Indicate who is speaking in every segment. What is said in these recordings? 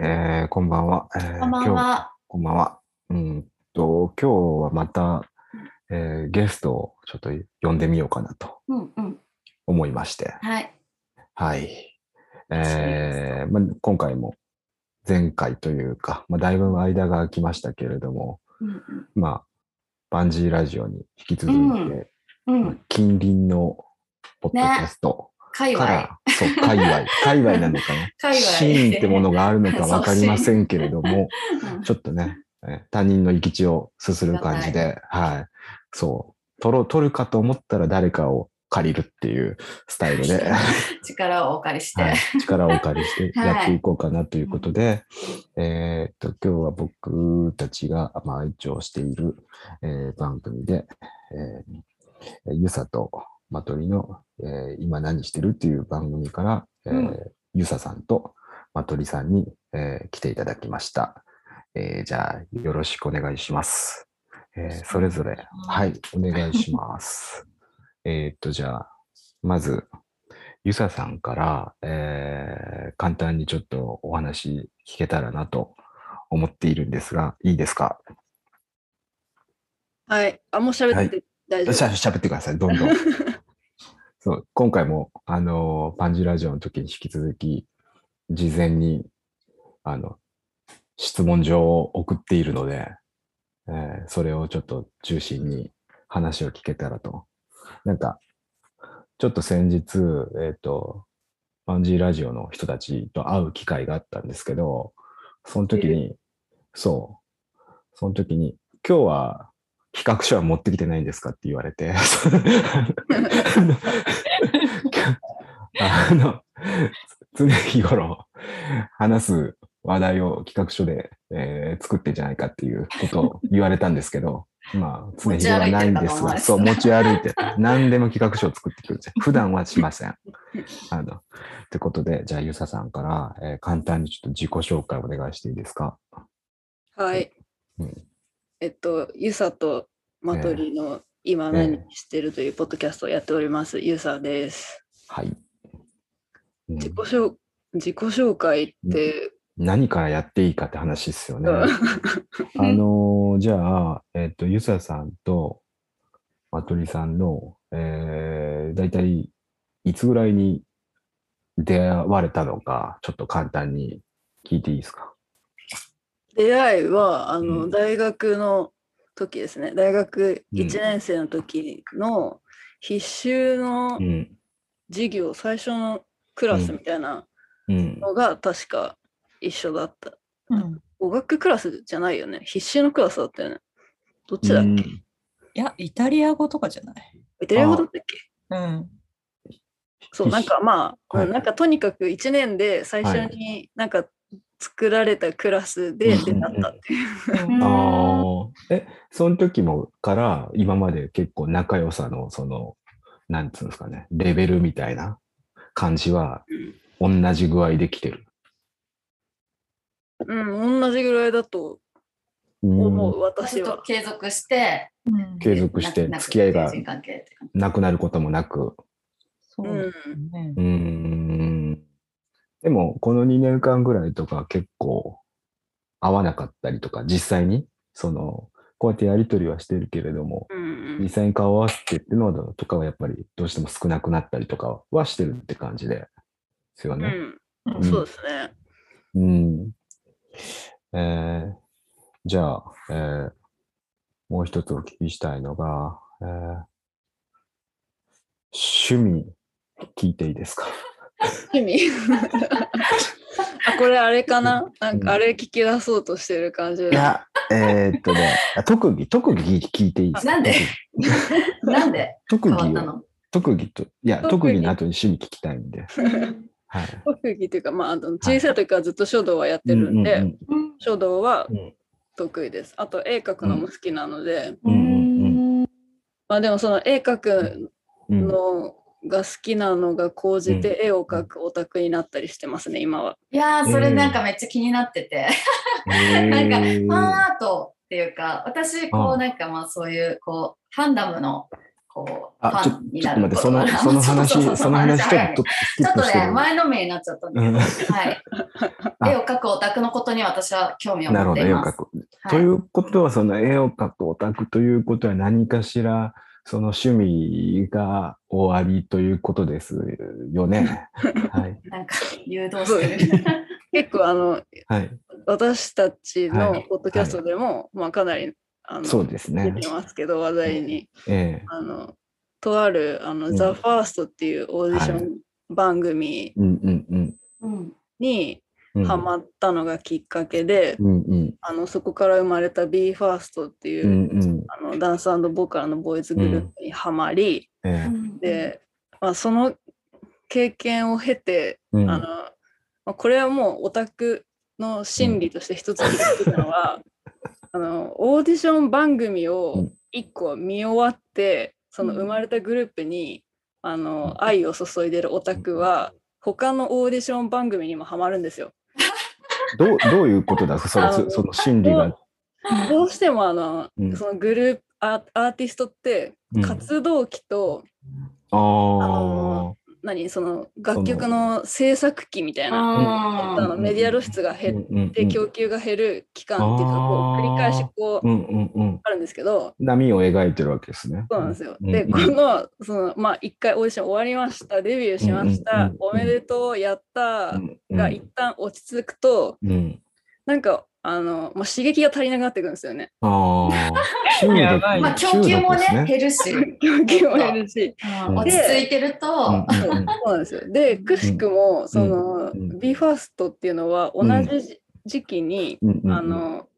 Speaker 1: えーこんばんは。えー
Speaker 2: こんばん
Speaker 1: 今日
Speaker 2: は。
Speaker 1: こんばんは。うんと、今日はまた、えーゲストをちょっと呼んでみようかなと
Speaker 2: うんうん。
Speaker 1: 思いまして。
Speaker 2: はい。
Speaker 1: はい。えーまあ、今回も前回というか、まあ、だいぶ間が空きましたけれども、
Speaker 2: うん
Speaker 1: まあ、バンジーラジオに引き続いて、
Speaker 2: うん。う
Speaker 1: まあ
Speaker 2: ん。
Speaker 1: 近隣のポッドキャスト
Speaker 2: 界
Speaker 1: か
Speaker 2: 隈。
Speaker 1: ら、そう、界 隈、界隈なのかな。
Speaker 2: 界隈。
Speaker 1: シーンってものがあるのか分かりませんけれども、
Speaker 2: うん
Speaker 1: ちょっとね、え他人の行き地をすする感じで、はい。そう。取ろう、取るかと思ったら誰かを借りるっていうスタイ ルで、
Speaker 2: 力をお借りして。
Speaker 1: はい、力をお借りして
Speaker 2: はい
Speaker 1: やっていこうかなということで、えーっと、今日は僕たちが、まあ、愛聴している、えー番組で、えーゆさとまとりの、えー今何してるっていう番組から、えー
Speaker 2: うん
Speaker 1: ゆささんとまとりさんに、えー来ていただきました。えーじゃあ、よろしくお願いします。えーそれぞれ、はい、お願いします。 えーっと、じゃあ、まず、ゆささんから、えー簡単にちょっとお話聞けたらなと思っているんですが、いいですか
Speaker 3: はい。あ、もう喋って大丈
Speaker 1: し
Speaker 3: 夫。
Speaker 1: ゃしゃべってください、どんどん。そう今回も、あのーパンジラジオの時に引き続き、事前に、あの、質問状を送っているので、えーそれをちょっと中心に話を聞けたらと。なんか、ちょっと先日、えっ、と、パンジーラジオの人たちと会う機会があったんですけど、その時に、そう、その時に、今日は企画書は持ってきてないんですかって言われて、あの、常日頃話す話題を企画書で、えー作ってんじゃないかっていうことを言われたんですけど、まあ、常日頃はないんですが、
Speaker 2: 持ち歩いてたの
Speaker 1: そう、持ち歩いて、何でも企画書を作ってくるんですよ普段はしません。あの、ってことで、じゃあ、ゆささんから、えー簡単にちょっと自己紹介お願いしていいですか。
Speaker 3: はい
Speaker 1: うん。
Speaker 3: えっと、ゆさとまとりの今何してるというポッドキャストをやっております、ゆさです。
Speaker 1: はい。うん
Speaker 3: 自己紹自己紹介って、
Speaker 1: 何からやっていいかって話ですよね。
Speaker 3: うん
Speaker 1: あのーじゃあ、えっ、と、ゆささんと、まとりさんの、えー、だいたいいつぐらいに出会われたのか、ちょっと簡単に聞いていいですか。
Speaker 3: 出会いはあの、
Speaker 1: うん
Speaker 3: 大学の時ですね。大学
Speaker 1: うん
Speaker 3: 1年生の時の必修の
Speaker 1: うん。
Speaker 3: 授業、最初のクラスみたいな
Speaker 1: うん。
Speaker 3: のが確か一緒だった。
Speaker 4: うん、
Speaker 3: 語学クラスじゃないよね。必修のクラスだったよね。どっちだっ
Speaker 1: う
Speaker 3: け、
Speaker 1: ん
Speaker 4: いや、イタリア語とかじゃない。
Speaker 3: イタリア語だったっけ
Speaker 4: うん。
Speaker 3: そう、なんかまあ、
Speaker 1: はい
Speaker 3: うんなんかとにかく1年で最初になんか作られたクラスで
Speaker 1: うん
Speaker 3: 出会ったっていう。
Speaker 4: うん
Speaker 1: あーえ、その時もから今まで結構仲良さの、その、なんつうんですかね、レベルみたいな感じは同じ具合できてる。
Speaker 3: うん、同じぐらいだと思う、
Speaker 1: うん
Speaker 2: ず
Speaker 3: 私
Speaker 2: っと
Speaker 3: は。
Speaker 2: 継続して、
Speaker 4: うん
Speaker 1: 継続して
Speaker 2: なく
Speaker 1: 付き合いが
Speaker 2: 友人関係って感じ
Speaker 1: なくなることもなく、
Speaker 4: そううで
Speaker 3: ん、
Speaker 4: すね
Speaker 1: うーんでも、この2年間ぐらいとか結構合わなかったりとか、実際に、その、こうやってやりとりはしてるけれども、
Speaker 3: うんう
Speaker 1: 実
Speaker 3: ん、
Speaker 1: 際に顔を合わせてっていうのとかはやっぱりどうしても少なくなったりとかはしてるって感じでですよ
Speaker 3: う
Speaker 1: ね。
Speaker 3: ん
Speaker 4: うん
Speaker 3: そうですね。
Speaker 1: うん。えーじゃあ、えーもう一つお聞きしたいのが、えー趣味聞いていいですか
Speaker 3: 趣味 あこれあれかななんかあれ聞き出そうとしてる感じ
Speaker 1: いや、えーっと ね、あ特技、特技聞いていいですか
Speaker 2: なんで なんで
Speaker 1: 特
Speaker 2: 変
Speaker 1: 技
Speaker 2: わっ
Speaker 1: 特
Speaker 2: た
Speaker 1: 技を、
Speaker 2: の
Speaker 1: 特技と、いや、
Speaker 3: 特技
Speaker 1: 特技の後に趣味聞きた いんで。はい。
Speaker 3: 特技というか、まあ、あの小さい時からずっと書道はやってるんで、
Speaker 1: うん
Speaker 3: 書道は
Speaker 1: うん
Speaker 3: 得意です。あと絵描くのも好きなので、
Speaker 1: うんうん
Speaker 3: まあでもその絵描く
Speaker 1: うんうん
Speaker 3: のが好きなのが高じて絵を描くオタクになったりしてますね、今は。
Speaker 2: いやー、それなんかめっちゃ気になってて。
Speaker 1: へ
Speaker 2: ファン
Speaker 1: ー
Speaker 2: アートっていうか、私、こ
Speaker 1: ああ
Speaker 2: う、なんかまあそういう、こう、ハンダムのこう、フ
Speaker 1: あ、ちょ
Speaker 2: ァ
Speaker 1: っ
Speaker 2: ンに
Speaker 1: と
Speaker 2: な
Speaker 1: 待っ
Speaker 2: る
Speaker 1: て、
Speaker 2: こ
Speaker 1: そ
Speaker 2: と
Speaker 1: の
Speaker 2: が、
Speaker 1: その話、
Speaker 2: ううう
Speaker 1: その話、ちょっとスキ
Speaker 2: ちょ
Speaker 1: ッ
Speaker 2: っ
Speaker 1: プ
Speaker 2: と
Speaker 1: して
Speaker 2: ね、
Speaker 1: る。
Speaker 2: 前のめりになっちゃったんだけど、 はい。
Speaker 1: あ
Speaker 2: 絵を描くオタクのことに私は興味を
Speaker 1: うんなる
Speaker 2: 持
Speaker 1: ほ
Speaker 2: っ
Speaker 1: ど、
Speaker 2: てい
Speaker 1: 絵を
Speaker 2: ま
Speaker 1: 描
Speaker 2: す。
Speaker 1: く。
Speaker 2: はい
Speaker 1: ということは、その絵を描くオタクということは、何かしら、その趣味が終わりということですよ ね。はい。
Speaker 2: なんか誘導してる。
Speaker 3: 結構あの
Speaker 1: はい。
Speaker 3: 私たち
Speaker 1: は
Speaker 3: の
Speaker 1: い
Speaker 3: ポッドキャストでも、まあ、かなりあの
Speaker 1: そうです
Speaker 3: 出
Speaker 1: ね。
Speaker 3: てますけど話題に
Speaker 1: ええ。
Speaker 3: あのとあるあの、
Speaker 1: うん
Speaker 3: ザ・ファーストっていうオーディショ
Speaker 1: は
Speaker 3: ン番組
Speaker 1: うんうん
Speaker 2: う
Speaker 1: うん
Speaker 2: ん。
Speaker 3: に
Speaker 1: うん。
Speaker 3: ハマったのがきっかけで、
Speaker 1: うんうん
Speaker 3: あのそこから生まれた b ファーストっていうう、
Speaker 1: んうん。
Speaker 3: あのダンスボーカルのボーイズグループにはまり、
Speaker 1: ええ。
Speaker 3: で、まあ、その経験を経て、
Speaker 1: うん
Speaker 3: あのまあ、これはもうオタクの心理として一つ気がついた のは、あのオーディション番組
Speaker 1: う
Speaker 3: を
Speaker 1: ん
Speaker 3: 一個見終わってその
Speaker 2: うん
Speaker 3: 生まれたグループにあ
Speaker 1: う
Speaker 3: の
Speaker 1: ん
Speaker 3: 愛を注いでるオタクは他のオーディション番組にもハマるんですよ。
Speaker 1: どう、どういうことだそ
Speaker 3: あ
Speaker 1: れ、そ
Speaker 3: の
Speaker 1: その心理が。
Speaker 3: どうしてもあの、
Speaker 1: うん
Speaker 3: そのグループアアーティストって
Speaker 1: うん
Speaker 3: 活動期と、
Speaker 1: ああ
Speaker 3: の。何その楽曲の制作期みたいな
Speaker 2: あ
Speaker 3: あのメディア露出が
Speaker 1: う
Speaker 3: 減っ
Speaker 1: んうんう
Speaker 3: て
Speaker 1: ん
Speaker 3: 供給が減る期間っていうかこう
Speaker 1: あー
Speaker 3: 繰り返しこう
Speaker 1: うんうんうん。
Speaker 3: あるんですけど
Speaker 1: 波を描いてるわけですね。
Speaker 3: そうなんですよ。
Speaker 1: うん
Speaker 3: で
Speaker 1: うん
Speaker 3: このそのまあ一回オーディション終わりましたデビューしました
Speaker 1: うんうんうん
Speaker 3: おめでとうやった
Speaker 1: うんうん
Speaker 3: が一旦落ち着くと
Speaker 1: うん。
Speaker 3: なんかあのもう刺激が足りなくなってくるんですよね。
Speaker 1: ああ。中毒
Speaker 4: やばい
Speaker 2: まあ、供給もね
Speaker 1: 中毒です
Speaker 2: 減るし、うん
Speaker 3: 供給も減るし
Speaker 1: うん
Speaker 2: 落ち着いてる
Speaker 1: う
Speaker 2: と、
Speaker 1: んうん
Speaker 3: そうなんですよ。でくしくもその
Speaker 1: うん
Speaker 3: BE:FIRST っていうのは同じ時時期に
Speaker 1: うんうん
Speaker 3: あの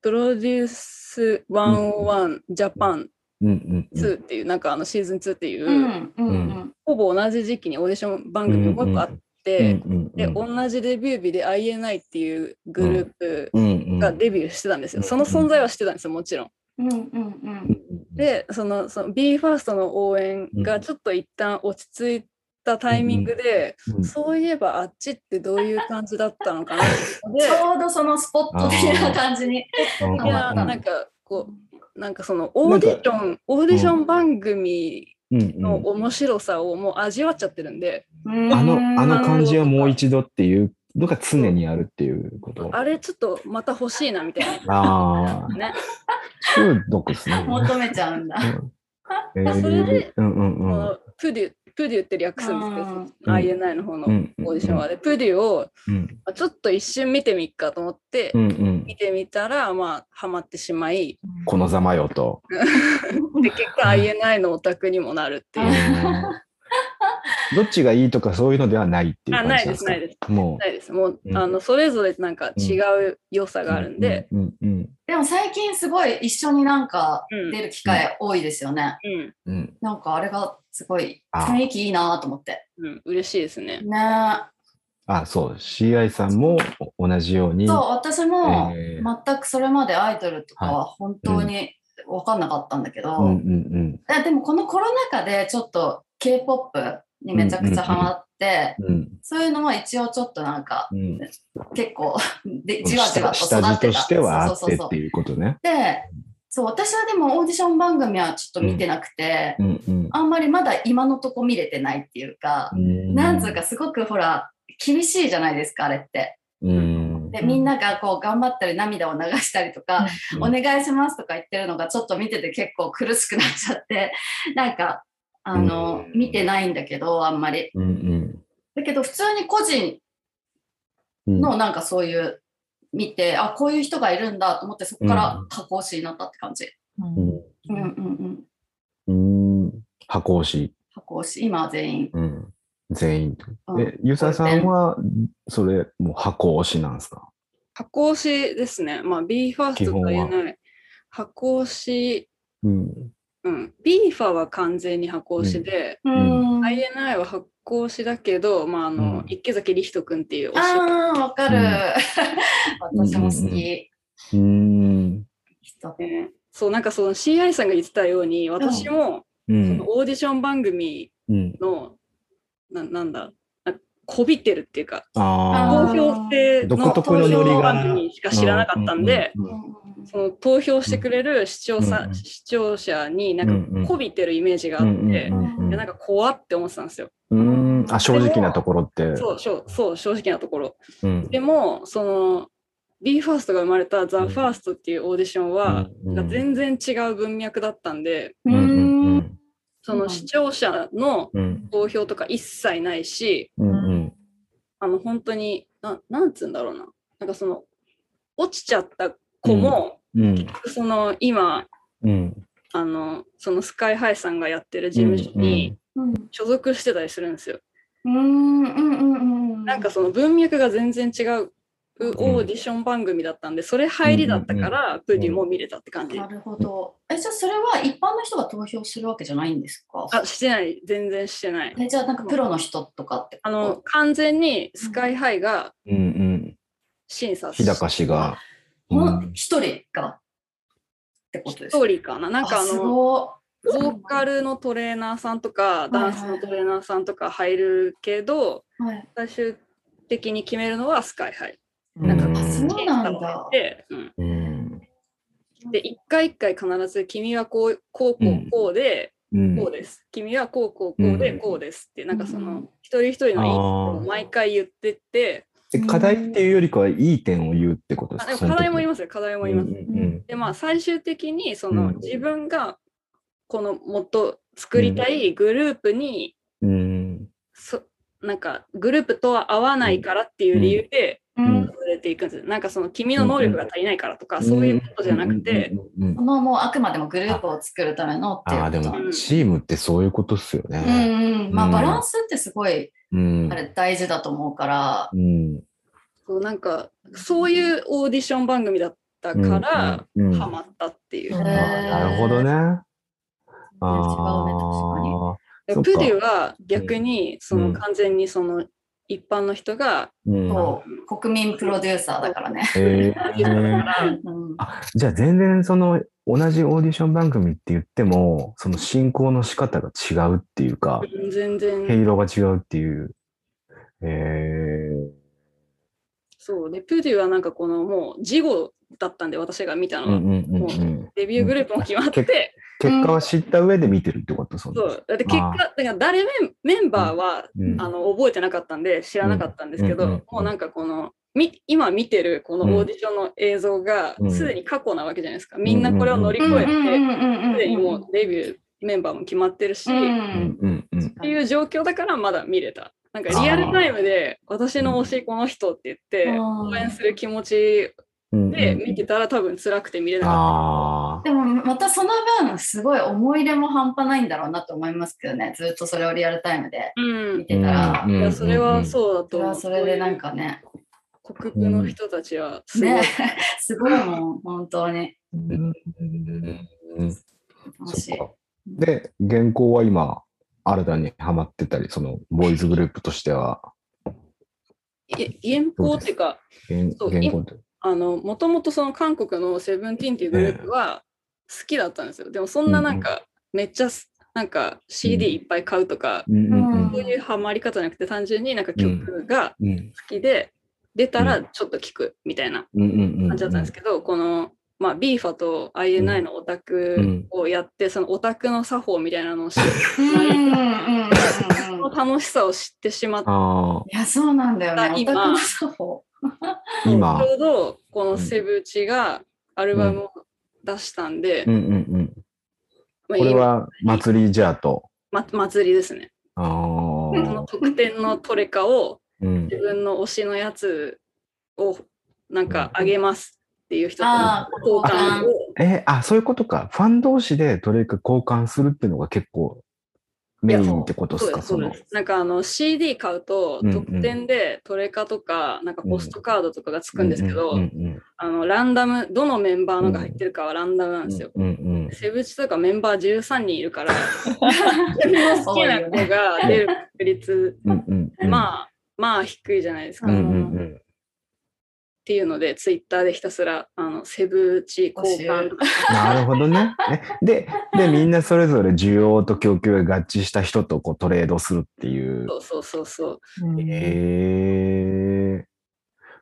Speaker 3: プロデュース101ジャパン
Speaker 1: うんうんうん
Speaker 3: 2っていう、なんかあのシーズン2っていう、
Speaker 2: うんうんうん
Speaker 3: ほぼ同じ時期にオーディション番組がもう一個あって、
Speaker 1: うんうんうん
Speaker 3: で、同じデビュー日で INI っていうグループ
Speaker 1: うんうん
Speaker 3: がデビューしてたんですよ。
Speaker 1: うん
Speaker 3: その存在はしてたんですよ、もちろん。
Speaker 2: うんうん
Speaker 3: で、そのその BE:FIRST の応援がちょっと一旦落ち着いたタイミングで、
Speaker 1: うん
Speaker 3: そういえばあっちってどういう感じだったのか なっていうの
Speaker 2: ち
Speaker 3: で、
Speaker 2: ょうどそのスポット的
Speaker 1: あ
Speaker 2: な
Speaker 1: ー
Speaker 2: 感じに。
Speaker 1: うん
Speaker 3: いや
Speaker 1: うん
Speaker 3: なんかこう、なんかそのオーディション、オーディション番組
Speaker 1: うん
Speaker 3: の面白さをもう味わっちゃってるんで、
Speaker 1: うんあのあの
Speaker 3: 感
Speaker 1: 感じはもう一度っていうのが常にあるっていうこと。
Speaker 3: あれちょっとまた欲しいなみたい
Speaker 1: ああ。
Speaker 3: なね。
Speaker 1: 中毒ですね。
Speaker 2: 求めちゃうんだ。
Speaker 1: うん
Speaker 3: あそれで
Speaker 1: うんうん
Speaker 3: あ
Speaker 1: うん
Speaker 3: のプデュプデュって略するんですけど、
Speaker 2: うん
Speaker 3: その INI の方の
Speaker 1: う
Speaker 3: オー
Speaker 1: んうん。
Speaker 3: ディションは。で、プデュを
Speaker 1: うん
Speaker 3: まあちょっと一瞬見てみっかと思って、
Speaker 1: うんうん。
Speaker 3: 見てみたら、まあ、ハマってしまい、
Speaker 1: このざまよと。
Speaker 3: で、結果 INI のオタクにもなるっていう。
Speaker 1: う んどっちがいいとかそういうのではないっていう
Speaker 3: あ、
Speaker 1: 感じ
Speaker 3: ない
Speaker 1: ん
Speaker 3: で、
Speaker 1: ですすか
Speaker 3: ないです。
Speaker 1: も
Speaker 3: ないです。もう、
Speaker 1: うん
Speaker 3: あの、それぞれなんか違う良さ
Speaker 1: う
Speaker 3: があるんで、。
Speaker 1: うんうん
Speaker 2: でも最近すごい一緒になんか
Speaker 3: うん
Speaker 2: 出る機会多いですよね。
Speaker 3: うん、
Speaker 1: うん。
Speaker 2: なんかあれがすごい
Speaker 1: あ
Speaker 2: 雰囲気いいなと思って。
Speaker 3: うん、嬉しいですね。
Speaker 2: ねえ
Speaker 1: あ、そう。CI さんもお同じように。
Speaker 2: そう、私も
Speaker 1: え
Speaker 2: 全くそれまでアイドルとかは本当に分かんなかったんだけど、
Speaker 1: うんうん
Speaker 2: えでもこのコロナ禍でちょっと K-POP にめちゃくちゃハマって、
Speaker 1: うん。うん
Speaker 2: そういうのも一応ちょっとなんか
Speaker 1: うん。
Speaker 2: 結構でじわじわと育って
Speaker 1: 下
Speaker 2: た
Speaker 1: 地としてはあ
Speaker 2: そう
Speaker 1: っ
Speaker 2: そう
Speaker 1: て
Speaker 2: そう
Speaker 1: っていうことね。
Speaker 2: でそう私はでもオーディション番組はちょっと見てなくて、
Speaker 1: うんうん
Speaker 2: あんまりまだ今のとこ見れてないっていうか
Speaker 1: う、ん。
Speaker 2: なんつうかすごくほら厳しいじゃないですかあれって。
Speaker 1: うん。
Speaker 2: で
Speaker 4: うん
Speaker 2: みんながこう頑張ったり涙を流したりとか、
Speaker 1: うん
Speaker 2: お願いしますとか言ってるのがちょっと見てて結構苦しくなっちゃって なんかあの、
Speaker 1: うん
Speaker 2: 見てないんだけどあんまり。
Speaker 1: うんうん
Speaker 2: だけど普通に個人
Speaker 1: うん。
Speaker 2: のなんかそういう見てあこういう人がいるんだと思ってそこから箱推しになったって感じ。
Speaker 1: うん
Speaker 2: うんうんうん
Speaker 1: うん。箱推し。
Speaker 2: 箱推し今は全員。
Speaker 1: うん。全員と。
Speaker 2: うん
Speaker 1: え、ゆうささんは、それ、もう箱推しなんですか
Speaker 3: 箱推しですね。まあ、
Speaker 1: 基
Speaker 3: BE:FIRST
Speaker 1: 本
Speaker 3: と
Speaker 1: は
Speaker 3: 言えない。箱推し、
Speaker 1: うん。
Speaker 3: うん、BFA は完全に箱推しで、
Speaker 2: うんん、あ
Speaker 3: INI は発行しだけど、まああの
Speaker 1: うん
Speaker 3: 池崎理人君っていう推し
Speaker 2: あーわかる。
Speaker 1: う ん
Speaker 2: 私も好
Speaker 1: うんうんうん
Speaker 2: き。
Speaker 1: うん。
Speaker 2: 人
Speaker 3: で、そうなんかその CI さんが言ってたように私も
Speaker 1: う
Speaker 3: そ
Speaker 1: ん
Speaker 3: の。オーディション番組
Speaker 1: うん。
Speaker 3: の、ななんだあこびてるっていうか
Speaker 1: あ
Speaker 3: 投
Speaker 1: あ。
Speaker 3: 票制の
Speaker 1: 独特
Speaker 3: 投
Speaker 1: のノリ
Speaker 3: 票
Speaker 1: が
Speaker 3: 番組しか知らなかったんで、
Speaker 1: うう
Speaker 2: うん
Speaker 1: うん
Speaker 2: うんうん
Speaker 3: その投票してくれる視聴
Speaker 1: う
Speaker 3: 者,、
Speaker 1: んうん
Speaker 3: 視聴者にな
Speaker 1: うんうんん
Speaker 3: かこびてるイメージがあって、
Speaker 1: うんうんうん
Speaker 3: いやなんか怖って思ってたんですよ。
Speaker 1: うんあ正直なところって。
Speaker 3: そうそうそう正直なところ。
Speaker 1: うん
Speaker 3: でもその BE:FIRST が生まれた
Speaker 1: うん
Speaker 3: THEFIRST っていうオーディションは、
Speaker 1: うん
Speaker 3: なんか全然違う文脈だったんで
Speaker 2: う
Speaker 1: う
Speaker 2: ん
Speaker 1: うん
Speaker 2: ん
Speaker 1: うん
Speaker 3: その視聴者の
Speaker 1: うん
Speaker 3: 投票とか一切ないし
Speaker 1: うんうん
Speaker 3: あの本当にななんつうんだろうななんかその落ちちゃった子も、
Speaker 1: うん
Speaker 3: その今
Speaker 1: うん
Speaker 3: あのそのスカイハイさんがやってる事務所に
Speaker 2: うん
Speaker 3: 所属してたりするんですよ。
Speaker 2: うんうんうんうん
Speaker 3: なんかその文脈が全然違うオーディション番組だったんで、それ入りだったから、プディも見れたって感じ。
Speaker 2: なるほど。え、じゃあそれは一般の人が投票するわけじゃないんですか
Speaker 3: あ、してない、全然してない。
Speaker 2: えじゃあなんかプロの人とかってこと
Speaker 3: あの、完全にスカイハイが
Speaker 1: うんうん
Speaker 3: 審査
Speaker 1: 日高氏が。
Speaker 2: も
Speaker 1: う
Speaker 2: うん一人がってことです
Speaker 3: ストーリーかな。なんかあ
Speaker 2: す
Speaker 3: の、
Speaker 2: ご
Speaker 3: ボーカルのトレーナーさんとか、ダンスのトレーナーさんとか入るけど、
Speaker 2: いはい。
Speaker 3: 最終的に決めるのはスカイハイ。
Speaker 2: なんか
Speaker 1: うん
Speaker 2: あそうなん
Speaker 3: 審査を
Speaker 2: だ
Speaker 3: 経。てうん
Speaker 1: うん
Speaker 3: で、一回一回必ず君はこう、こうこうこうで、
Speaker 1: うん
Speaker 3: こうです。君はこうこうこう
Speaker 1: う
Speaker 3: で
Speaker 1: ん
Speaker 3: こうですって、なんかそ
Speaker 2: うん
Speaker 3: の一人一人のいいとこを毎回言ってって、
Speaker 1: で課題っていうよりかはいい点を言うってことで
Speaker 3: あ
Speaker 1: す
Speaker 3: で
Speaker 1: か
Speaker 3: も課題も言い
Speaker 1: ま
Speaker 3: ますよ、課題も言います。
Speaker 1: うん
Speaker 3: で、まあ最終的にそうの
Speaker 1: ん
Speaker 3: 自分がこのもっと作りたいグループに、
Speaker 1: うんうん
Speaker 3: そなんかグループとは合わないからっていう理由で
Speaker 2: うん
Speaker 1: ん
Speaker 3: 外れていくんですよ。なんかその君の能力が足りないからとか、そういうことじゃなくて、、
Speaker 1: うんうんうん
Speaker 2: このもうあくまでもグループを作るためのっていう
Speaker 1: あ
Speaker 2: こ
Speaker 1: あ、
Speaker 2: と
Speaker 1: で
Speaker 2: う
Speaker 1: も
Speaker 2: ん
Speaker 1: チームってそういうことっすよね。
Speaker 2: うんまあ
Speaker 1: うん
Speaker 2: バランスってすごい
Speaker 1: うん
Speaker 2: あれ大事だと思うから、
Speaker 1: うん
Speaker 3: そうなんかそういうオーディション番組だったから、
Speaker 1: うんうんうん
Speaker 3: ハマったっていう。
Speaker 1: あ
Speaker 2: へ
Speaker 1: ーなるほど
Speaker 2: 違
Speaker 1: ね。
Speaker 2: うね確かに。
Speaker 1: ああ、
Speaker 3: で
Speaker 1: そっ
Speaker 3: プ
Speaker 1: か
Speaker 3: デュは逆にそうの
Speaker 1: ん
Speaker 3: 完全にその一般の人が
Speaker 1: うん
Speaker 2: そう国民プロデューサーだからね。
Speaker 1: え
Speaker 3: 言ってたか
Speaker 1: ー
Speaker 3: ら、
Speaker 2: うん
Speaker 1: あじゃあ全然その同じオーディション番組って言ってもその進行の仕方が違うっていうか
Speaker 3: 全
Speaker 1: 毛
Speaker 3: 然
Speaker 1: 色が違うっていう。えー
Speaker 3: そうでプデュはなんかこのもう事後だったんで私が見たの
Speaker 1: うん
Speaker 3: は、
Speaker 1: うんうんうん、
Speaker 3: デビューグループも決まって、
Speaker 1: 結果は知った上で見てるってことそ
Speaker 3: そうだって結果
Speaker 1: あー
Speaker 3: だから誰メンメンバーは、
Speaker 1: うん
Speaker 3: あの覚えてなかったんで知らなかったんですけど、
Speaker 1: うんうんうん
Speaker 3: もうなんかこのみ今見てるこのオーディションの映像が
Speaker 1: うん
Speaker 3: すでに過去なわけじゃないですか、みんなこれを乗り越えて、すでにもうデビューメンバーも決まってるし、
Speaker 2: う
Speaker 3: っ
Speaker 2: ん
Speaker 1: うんうん
Speaker 3: ていう状況だからまだ見れた。なんかリアルタイムで私の推しこの人って言って
Speaker 2: うん
Speaker 3: 応援する気持ち
Speaker 1: うん
Speaker 3: で見てたら多分辛くて見れなか
Speaker 1: あ
Speaker 2: でもまたその分すごい思い入れも半端ないんだろうなと思いますけどねずっとそれをリアルタイムで
Speaker 3: った。う
Speaker 2: 見
Speaker 3: ん。
Speaker 2: てたら、
Speaker 1: うん
Speaker 3: いやそれはそうだ
Speaker 2: それ
Speaker 3: と思う。
Speaker 2: はそれでなんかね
Speaker 3: こういう国府の人たちはすごい、
Speaker 2: ねすごいもん本当に
Speaker 1: ーうんうん
Speaker 2: 楽し
Speaker 1: そ
Speaker 2: い
Speaker 1: っかで原稿は今新たにハマってたりそのボーイズグループとしてはい
Speaker 3: 原稿っていうか
Speaker 1: 原
Speaker 3: そう
Speaker 1: 原稿って
Speaker 3: あのもともとその韓国のセブンティーンっていうグループは好きだったんですよ。でもそんななんかめっちゃすなんか CD いっぱい買うとか、
Speaker 1: うんうん
Speaker 3: そういうハマり方じゃなくて単純になんか曲が
Speaker 1: うんうん
Speaker 3: 好きで、出たらちょっと聞くみたいな
Speaker 1: うんうんうん
Speaker 3: 感じだったんですけど、この、まあ、BFA と INI のオタクをやって、そのオタクの作法みたいなのを知 って、
Speaker 2: うんうんうんうんうん
Speaker 3: その楽しさを知ってしまった
Speaker 1: あ
Speaker 2: いやそうなんだよね
Speaker 3: あ
Speaker 2: オタ
Speaker 3: 今
Speaker 2: クの作法
Speaker 1: あ今
Speaker 3: ちょうどこのセブチがアルバムを出したんで、
Speaker 1: うんうんうん
Speaker 3: まあ
Speaker 1: これは祭りじゃあと
Speaker 3: ま、祭りですね。
Speaker 1: あ
Speaker 3: その
Speaker 1: ー
Speaker 3: 特典のトレカを
Speaker 1: うん
Speaker 3: 自分の推しのやつをなんかあげますっていう人と
Speaker 2: あー
Speaker 3: 交換を
Speaker 1: えあそういうことかファン同士でトレーク交換するっていうのが結構メインってことで
Speaker 3: そう
Speaker 1: す
Speaker 3: で
Speaker 1: か
Speaker 3: すそ
Speaker 1: そうの
Speaker 3: ですなんかあの CD 買うと
Speaker 1: うんうん
Speaker 3: 特典でトレカとかなんかポストカードとかがつくんですけど、
Speaker 1: うんうん
Speaker 3: あのランダムどのメンバーのが入ってるかはランダムなんですよ。
Speaker 1: うんうん
Speaker 3: セブチとかメンバー13人いるから好
Speaker 2: 多
Speaker 3: き
Speaker 2: い
Speaker 3: な
Speaker 2: よね
Speaker 3: 子が出る確率
Speaker 1: うんうんうん
Speaker 3: まあまあ低いじゃないですか。
Speaker 1: うん
Speaker 3: っ
Speaker 1: うんうん
Speaker 3: ていうのでツイッターでひたすらあのセブチ交換とか
Speaker 1: なるほどね。えで、で、みんなそれぞれ需要と供給が合致した人とこうトレードするっていう。
Speaker 3: そうそうそうそう
Speaker 1: へえー。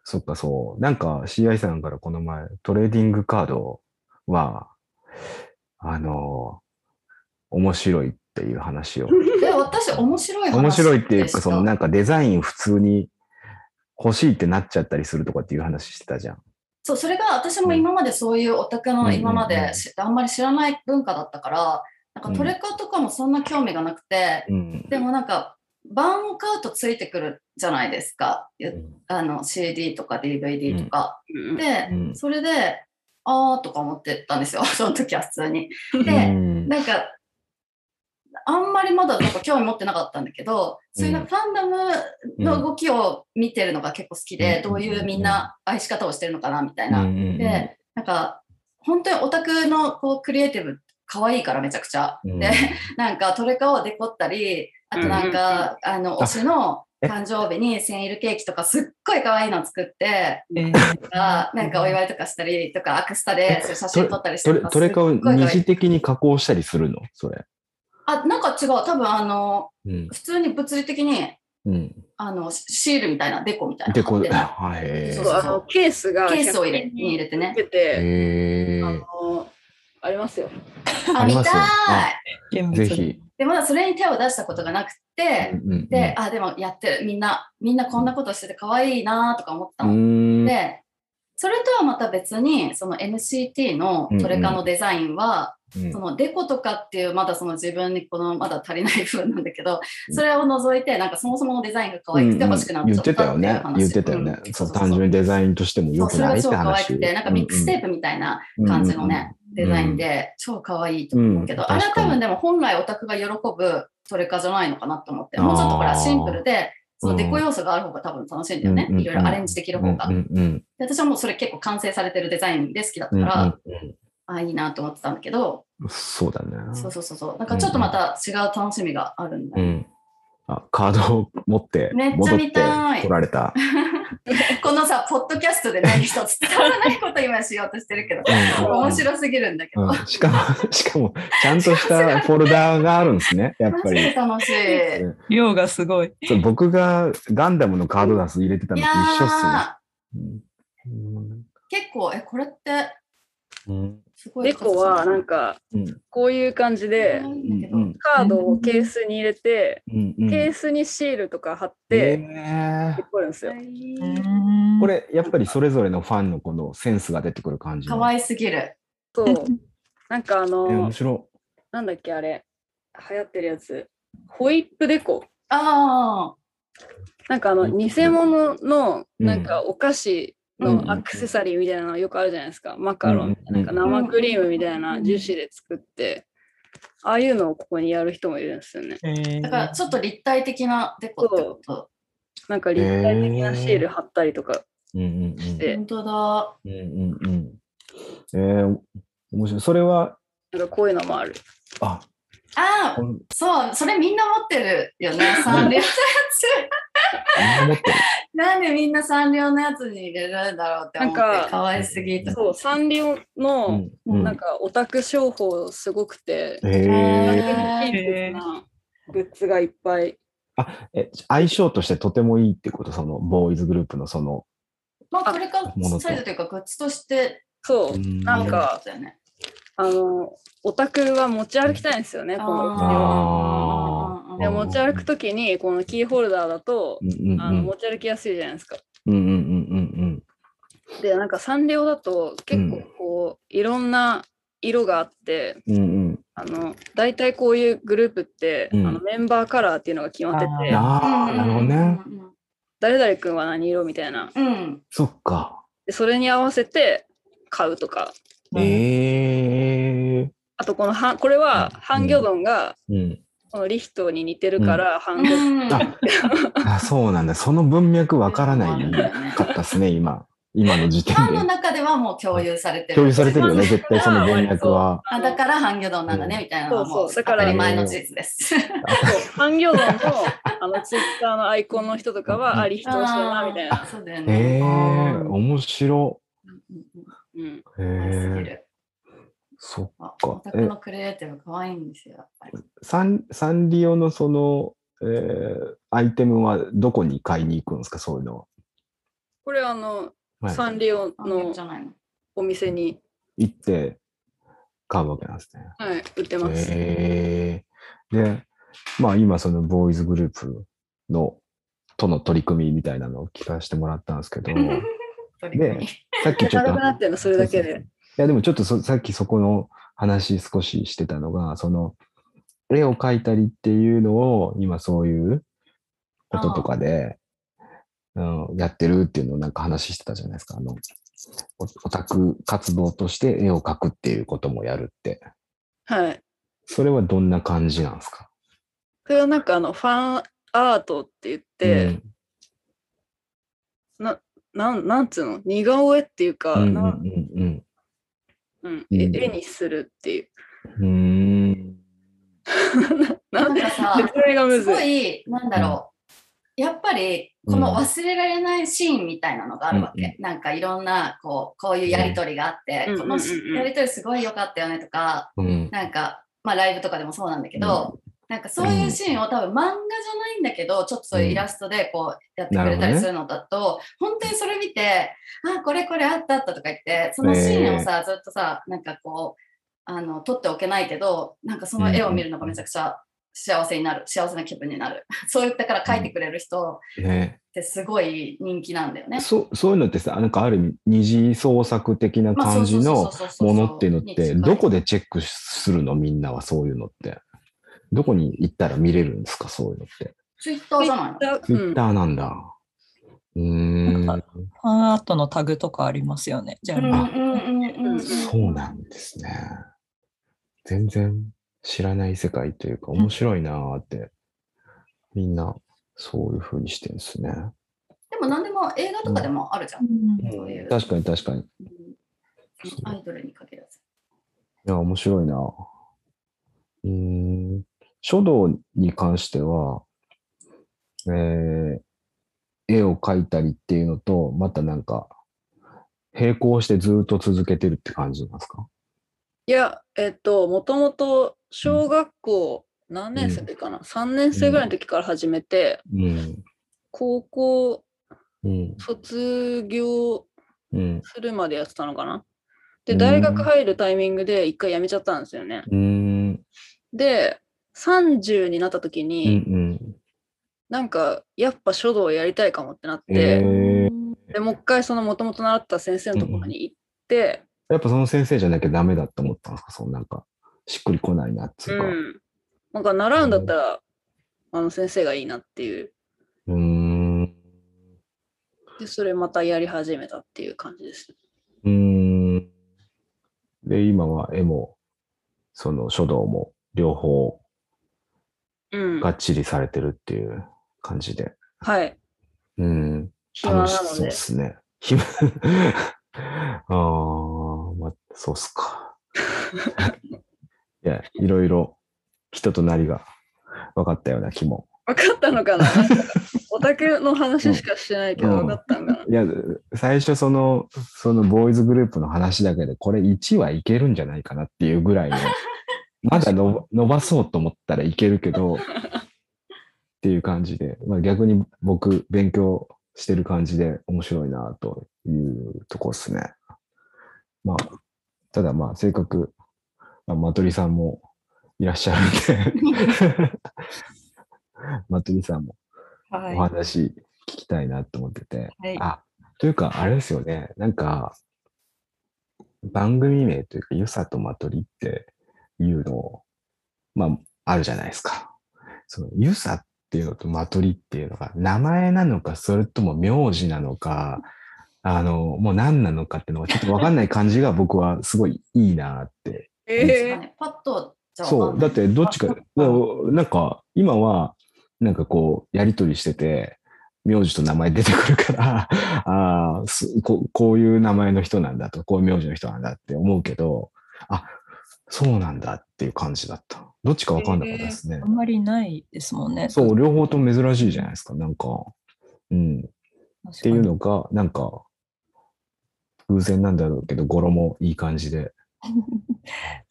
Speaker 1: そっか、そう。なんか CI さんからこの前、トレーディングカードは、あの、面白いっていう 話を。
Speaker 2: え、私、面白い話
Speaker 1: 面白いっていう
Speaker 2: でした
Speaker 1: か、そのなんかデザイン普通に欲しいってなっちゃったりするとかっていう話してたじゃん。
Speaker 2: そう、それが私も今までそういうオタク
Speaker 1: うん
Speaker 2: の今ま
Speaker 1: うんうんう
Speaker 2: で
Speaker 1: ん
Speaker 2: しあんまり知らない文化だったから、なんかトレカとかもそんな興味がなくて、
Speaker 1: うん。
Speaker 2: でもなんか、版を買うとついてくるじゃないですか。ゆ
Speaker 1: うん
Speaker 2: あの CD とか DVD とか。
Speaker 3: うん
Speaker 2: で、
Speaker 1: うん
Speaker 2: それで、あーとか思ってたんですよ。 その時は普通に。で、
Speaker 1: うん
Speaker 2: なんか、あんまりまだなんか興味持ってなかったんだけど、そういうなんかファンダムの動きを見てるのが結構好きで、
Speaker 1: うん
Speaker 2: どういうみんな愛し方をしてるのかなみたいな。
Speaker 1: うんうんうん
Speaker 2: で、なんか、本当にオタクのこうクリエイティブ、可愛いからめちゃくちゃ。
Speaker 1: うん
Speaker 2: で、なんかトレカをデコったり、あとなんか、あの、推しの
Speaker 1: え
Speaker 2: 誕生日にセンイルケーキとかすっごい可愛いの作って、
Speaker 4: え
Speaker 2: あなんかお祝いとかしたりとか、アクスタでそういう写真撮ったりして
Speaker 1: トレ
Speaker 2: るの
Speaker 1: トレカを
Speaker 2: すっごい可愛い
Speaker 1: 二次的に加工したりするのそれ。
Speaker 2: あ、なんか違う。多分あの、
Speaker 1: うん。
Speaker 2: 普通に物理的に、
Speaker 1: うん。
Speaker 2: あの、シシールみたいな、デコみたいな。
Speaker 1: で、こう、
Speaker 2: で
Speaker 1: はい。へ
Speaker 3: そ
Speaker 1: ー
Speaker 3: うあのケースが
Speaker 2: ケースを入れ
Speaker 3: 100円に
Speaker 2: 入れてね
Speaker 3: 入て、
Speaker 1: へ
Speaker 3: あ
Speaker 1: ー
Speaker 3: のありますよ。
Speaker 2: あ、
Speaker 1: あ
Speaker 2: 見
Speaker 1: り
Speaker 2: たい
Speaker 1: ますよあ
Speaker 4: 厳密
Speaker 1: ぜ
Speaker 4: に
Speaker 1: ひ。
Speaker 2: で、まだそれに手を出したことがなくて、
Speaker 1: うんうん
Speaker 2: で、あ、でもやってる。みんな、みんなこんなことしてて可愛いなとか思った
Speaker 1: う
Speaker 2: の。
Speaker 1: ん。
Speaker 2: で、それとはまた別に、その NCT のトレカのデザインは、
Speaker 1: うん
Speaker 2: そのデコとかっていう、まだその自分にこのまだ足りない部分なんだけど、それを除いて、なんかそもそものデザインが可愛くて欲しくなっちゃ
Speaker 1: 言
Speaker 2: っ
Speaker 1: ってた
Speaker 2: たっ
Speaker 1: よ
Speaker 2: ていう
Speaker 1: ね
Speaker 2: 話。
Speaker 1: 言ってたよね
Speaker 2: ん。
Speaker 1: そう、単純にデザインとしても良
Speaker 2: そう
Speaker 1: く
Speaker 2: それ
Speaker 1: な
Speaker 2: が
Speaker 1: いっ
Speaker 2: 超可愛
Speaker 1: て話
Speaker 2: く。て、なんかミックステープみたいな感じのね、デザインで、超可愛いと思うけど、
Speaker 1: うん
Speaker 2: あれは
Speaker 1: 確か
Speaker 2: 多
Speaker 1: に
Speaker 2: 分でも本来オタクが喜ぶトレカじゃないのかなと思って、もうちょっとほらシンプルで、そのデコ要素がある方が多分楽しいんだよね。
Speaker 1: うん
Speaker 2: いろいろアレンジできる
Speaker 1: うんう
Speaker 2: 方
Speaker 1: ん
Speaker 2: が。
Speaker 1: うんうん
Speaker 2: で私はもうそれ結構完成されてるデザインで好きだった
Speaker 1: うんう
Speaker 2: から、
Speaker 1: んうん
Speaker 2: ああいいなと思ってたんだけど、
Speaker 1: うんそうだね。
Speaker 2: そうそうそうそうなんかちょっとまた違う楽しみがあるんだ
Speaker 1: う
Speaker 2: よ、
Speaker 1: ん。あ、カードを持って、
Speaker 2: めっちゃ
Speaker 1: 戻って
Speaker 2: 見たい
Speaker 1: 取ら れた。
Speaker 2: このさポッドキャストで何一つ伝わらないこと今しようとしてるけど
Speaker 1: うんうん
Speaker 2: 面白すぎるんだけど、
Speaker 1: うんし かも、しかも、ちゃんとしたフォルダーがあるんですね、やっぱ
Speaker 2: マジで
Speaker 1: り。
Speaker 2: 楽しい
Speaker 4: 量がすごい。
Speaker 1: そう僕がガンダムのカードダンス入れてたの
Speaker 2: い
Speaker 1: と
Speaker 2: や
Speaker 1: 一緒
Speaker 2: ー
Speaker 1: っすねうん。
Speaker 2: 結構えこれって
Speaker 1: うん
Speaker 2: すごい
Speaker 3: デコはなん
Speaker 2: か
Speaker 3: か
Speaker 1: うん
Speaker 3: こういう感じで
Speaker 2: う
Speaker 1: うん
Speaker 2: だけど、
Speaker 1: ん
Speaker 3: カードをケースに入れて、
Speaker 1: うんうん
Speaker 3: ケースにシールとか貼っ
Speaker 1: え
Speaker 3: て、
Speaker 1: ー
Speaker 3: でこるんですよ。
Speaker 1: こ
Speaker 4: これ
Speaker 1: れ、やっぱりそれぞれのファンのこのセンスが出てくる感じの。
Speaker 2: 可愛すぎる
Speaker 3: そうなんかあ
Speaker 1: えー
Speaker 3: の
Speaker 1: 面白
Speaker 3: なんだっけあれ流行ってるやつホイップデコ
Speaker 2: ああ
Speaker 3: なんかあの
Speaker 1: うん
Speaker 3: 偽物の
Speaker 1: うん
Speaker 3: なんかお菓子のアクセサリーみたいなのよくあるじゃないですか、マカロンみたいななんか
Speaker 1: うん
Speaker 3: 生クリームみたいな樹脂で作ってああいうのをここにやる人もいるんですよね
Speaker 2: だからちょっと立体的なデコってこと
Speaker 3: なんか立体的なシール貼ったりとか
Speaker 1: い。うんうんうん
Speaker 3: して、
Speaker 2: 本当だ
Speaker 1: うんうんうん。えー、面白い。それは、
Speaker 3: なんかこういうのもある
Speaker 1: あ、
Speaker 2: ああ
Speaker 1: こん
Speaker 2: そうそれみんな持ってるよね サンリオのやつ
Speaker 1: あんな持ってる。
Speaker 2: なんでみんなサンリオのやつに入れるんだろうって思って
Speaker 3: なんか
Speaker 2: かわいすぎて。
Speaker 3: そうサンリオの
Speaker 1: うんうん
Speaker 3: なんかオタク商法すごくて、
Speaker 1: えー、
Speaker 3: キングなグッズがいっぱい
Speaker 1: え相性としてとてもいいってことそのボーイズグループのその
Speaker 2: まあこれか
Speaker 1: 物と
Speaker 2: サイズというかグッズとして
Speaker 3: そう、
Speaker 1: うん
Speaker 3: なんか
Speaker 2: だよね。
Speaker 3: あのオタクは持ち歩きたいんですよね、このグッズを。
Speaker 1: あ
Speaker 2: あー
Speaker 1: ー
Speaker 3: で持ち歩くときにこのキーホルダーだと
Speaker 1: う、んうんう
Speaker 3: あの
Speaker 1: ん
Speaker 3: 持ち歩きやすいじゃないですか。
Speaker 1: うんうんうん
Speaker 3: でなんかサンリオだと結構こう、いろんな色があって
Speaker 1: うんうんうん
Speaker 3: あの大体こういうグループって、
Speaker 1: うん
Speaker 3: あのメンバーカラーっていうのが決まって
Speaker 1: うん
Speaker 3: て
Speaker 1: ああなるほどね。
Speaker 3: 誰々君は何色みたいな
Speaker 2: うんうんうん。
Speaker 1: そっか
Speaker 3: でそれに合わせて買うとか
Speaker 1: ええ
Speaker 3: あとこのはこれは
Speaker 1: うん
Speaker 3: ハンギョドンが
Speaker 1: うん
Speaker 3: このリヒトに似てるからハ
Speaker 2: う
Speaker 3: ンギョドン
Speaker 2: んうん。
Speaker 1: ああそうなんだその文脈わからないかったっすね今今の時点
Speaker 2: ファンの
Speaker 1: で
Speaker 2: 中ではもう共有されてる。
Speaker 1: 共有されてるよね絶対その文脈は
Speaker 2: あだからハンギョドンなんだねみたいなのはも
Speaker 3: そう
Speaker 2: う
Speaker 3: そう
Speaker 2: 当
Speaker 3: だから
Speaker 2: たり前の事実です。
Speaker 3: そうハンギョドンのあのツイッターのアイコンの人とか
Speaker 1: うん
Speaker 3: はあリヒト推してるなみたいな。
Speaker 2: あそうだよ
Speaker 1: ええ
Speaker 2: ね。
Speaker 1: ー、面白
Speaker 2: うんうんうん
Speaker 3: うん
Speaker 1: へえ
Speaker 2: 可愛すぎ
Speaker 1: ー、
Speaker 2: る
Speaker 1: そっ
Speaker 2: あ
Speaker 1: か
Speaker 2: オタクのクリエイティブ可愛いんですよ。やっぱり
Speaker 1: サンサンリオのその、えーアイテムはどこに買いに行くんですか、そういうのは。
Speaker 3: これあの、
Speaker 1: はい
Speaker 3: サンリオ
Speaker 2: あ
Speaker 3: の
Speaker 2: じゃないの。
Speaker 3: お店に、
Speaker 1: 行って買うわけなんですね。
Speaker 3: はい、売ってます。
Speaker 1: へえで、まあ今そのボーイズグループのとの取り組みみたいなのを聞かせてもらったんですけど、
Speaker 2: 取り組み
Speaker 1: さっきちょっと。
Speaker 3: 明るくなってんのそれだけで
Speaker 1: ううういやでもちょっとそさっきそこの話少ししてたのが、その絵を描いたりっていうのを今そういうこととかで、うん、やってるっていうのをなんか話してたじゃないですか。あのオオタク活動として絵を描くっていうこともやるって。
Speaker 3: はい。
Speaker 1: それはどんな感じなんですか
Speaker 3: これはなんかあの、ファンアートって言って、ななんなんつうの似顔絵っていうか、
Speaker 1: うん、うん
Speaker 3: な
Speaker 1: うん
Speaker 3: うん
Speaker 1: うん
Speaker 3: え絵にするっていう。
Speaker 1: うんうん。うーん。
Speaker 3: な
Speaker 2: なんん
Speaker 3: で
Speaker 2: かさ、
Speaker 3: それがむ
Speaker 2: す
Speaker 3: ずい
Speaker 2: ご。い、なんだろう。やっぱり、この忘れられないシーンみたいなのがあるわけ。なんかいろんな、こう、こういうやりとりがあって、
Speaker 3: うん
Speaker 2: こ
Speaker 3: う
Speaker 2: の
Speaker 3: んうんうん
Speaker 2: やりとりすごい良かったよねとか、
Speaker 1: うん。
Speaker 2: なんか、まあライブとかでもそうなんだけど、なんかそういうシーンを多分漫画じゃないんだけど、ちょっとそういうイラストでこうやってくれたりするのだと、本当にそれ見て、あ、これこれあったあったとか言って、そのシーンをさ、ずっとさ、なんかこう、あの、撮っておけないけど、なんかその絵を見るのがめちゃくちゃ幸せになる、幸せな気分になる。 そういったから描いてくれる人
Speaker 1: ね、
Speaker 2: ってすごい人気なんだよね。
Speaker 1: そそういうのってさ、なんかある意味二次創作的な感じの、ものっていうのって、どこ
Speaker 2: で
Speaker 1: でチェックするのみんなはそういうのって。どこに行ったら見れるんですかそういうのって。
Speaker 2: ツイッターじゃないの
Speaker 1: ツイ
Speaker 3: う
Speaker 1: ッ
Speaker 3: ん
Speaker 1: ターなんだ。うーん。
Speaker 4: なんファンアートのタグとかありますよね。じゃあ、
Speaker 1: ん
Speaker 2: うんうんうんうん。
Speaker 1: そうなんですね。全然知らない世界というか、面白いなーって。みんな、そういう風にしてるんですね。
Speaker 2: でも何でも映画とかでもあるじゃん。そういう
Speaker 1: 確かに確かに。い
Speaker 2: うんアイドルに限らず。
Speaker 1: や、面白いな。うーん。書道に関しては、えー絵を描いたりっていうのと、またなんか、並行してずっと続けてるって感じなんですか
Speaker 3: いや、えっと、もともと小学校何年生かな、?3 年生ぐらいの時から始めて、
Speaker 1: うん。
Speaker 3: 高校
Speaker 1: うん。
Speaker 3: 卒業
Speaker 1: うん。
Speaker 3: するまでやってたのかな
Speaker 1: う
Speaker 3: で、
Speaker 1: ん
Speaker 3: 大学入るタイミングで一回辞めちゃったんですよね。
Speaker 1: うん。
Speaker 3: で、30になった時
Speaker 1: うん。う
Speaker 3: に、
Speaker 1: ん。
Speaker 3: なんか、やっぱ書道やりたいかもってなって、
Speaker 1: えー
Speaker 3: でもう一回そのもともと習った先生のところに行って、
Speaker 1: やっぱその先生じゃなきゃダメだと思ったんですかそのなんか、しっくりこないなっつう
Speaker 3: う
Speaker 1: んか。
Speaker 3: なんか習うんだったら、あの先生がいいなっていう。
Speaker 1: うーん。う
Speaker 3: で、それまたやり始めたっていう感じです。
Speaker 1: ーん。で、今は絵も、その書道も、両方
Speaker 3: うん。
Speaker 1: がっちりされてるっていう感じで。
Speaker 3: はい。
Speaker 1: うん。
Speaker 3: 暇な
Speaker 1: 楽し
Speaker 3: の
Speaker 1: そう
Speaker 3: で
Speaker 1: で。すね。 暇ああ、まあ、そうっす か。いや、いろいろ人となりが分かったような気も。
Speaker 3: 分かったの かななんかオタクの話しかしてないけど、
Speaker 1: うん
Speaker 3: 分かったんかな。
Speaker 1: いや、最初その、そのボーイズグループの話だけで、これ1はいけるんじゃないかなっていうぐらいの、まだの伸ばそうと思ったらいけるけど、っていう感じで、まあ、逆に僕、勉強してる感じで面白いなというとこですね。まあ、ただまあ、性格、まあ、マトリさんもいらっしゃるんで、マトリさんも
Speaker 4: は
Speaker 1: お話聞きたいなと思ってて、
Speaker 4: はい
Speaker 1: あというかあれですよねなんか番組名というか「ゆさとまとり」っていうのをまああるじゃないですかその「ゆさ」っていうのと「まとり」っていうのが名前なのかそれとも名字なのかあのもう何なのかっていうのがちょっと分かんない感じが僕はすごいいいなって
Speaker 3: え
Speaker 2: 確かにパッとじゃあわか
Speaker 1: そう、
Speaker 2: んな
Speaker 1: だ
Speaker 2: い
Speaker 1: ってどっちか、だなんか今は、なんかこう、やりとりしてて、名字と名前出てくるから、 ああ、すここういう名前の人なんだと、こういう名字の人なんだって思うけど、あそうなんだっていう感じだった。どっちかわかんなかったですね
Speaker 4: あ。んまりないですもんね。
Speaker 1: そう、両方とも珍しいじゃないですか、なんか。うん。
Speaker 4: っ
Speaker 1: っていうのが、なんか、偶然なんだろうけど、語呂もいい感じで。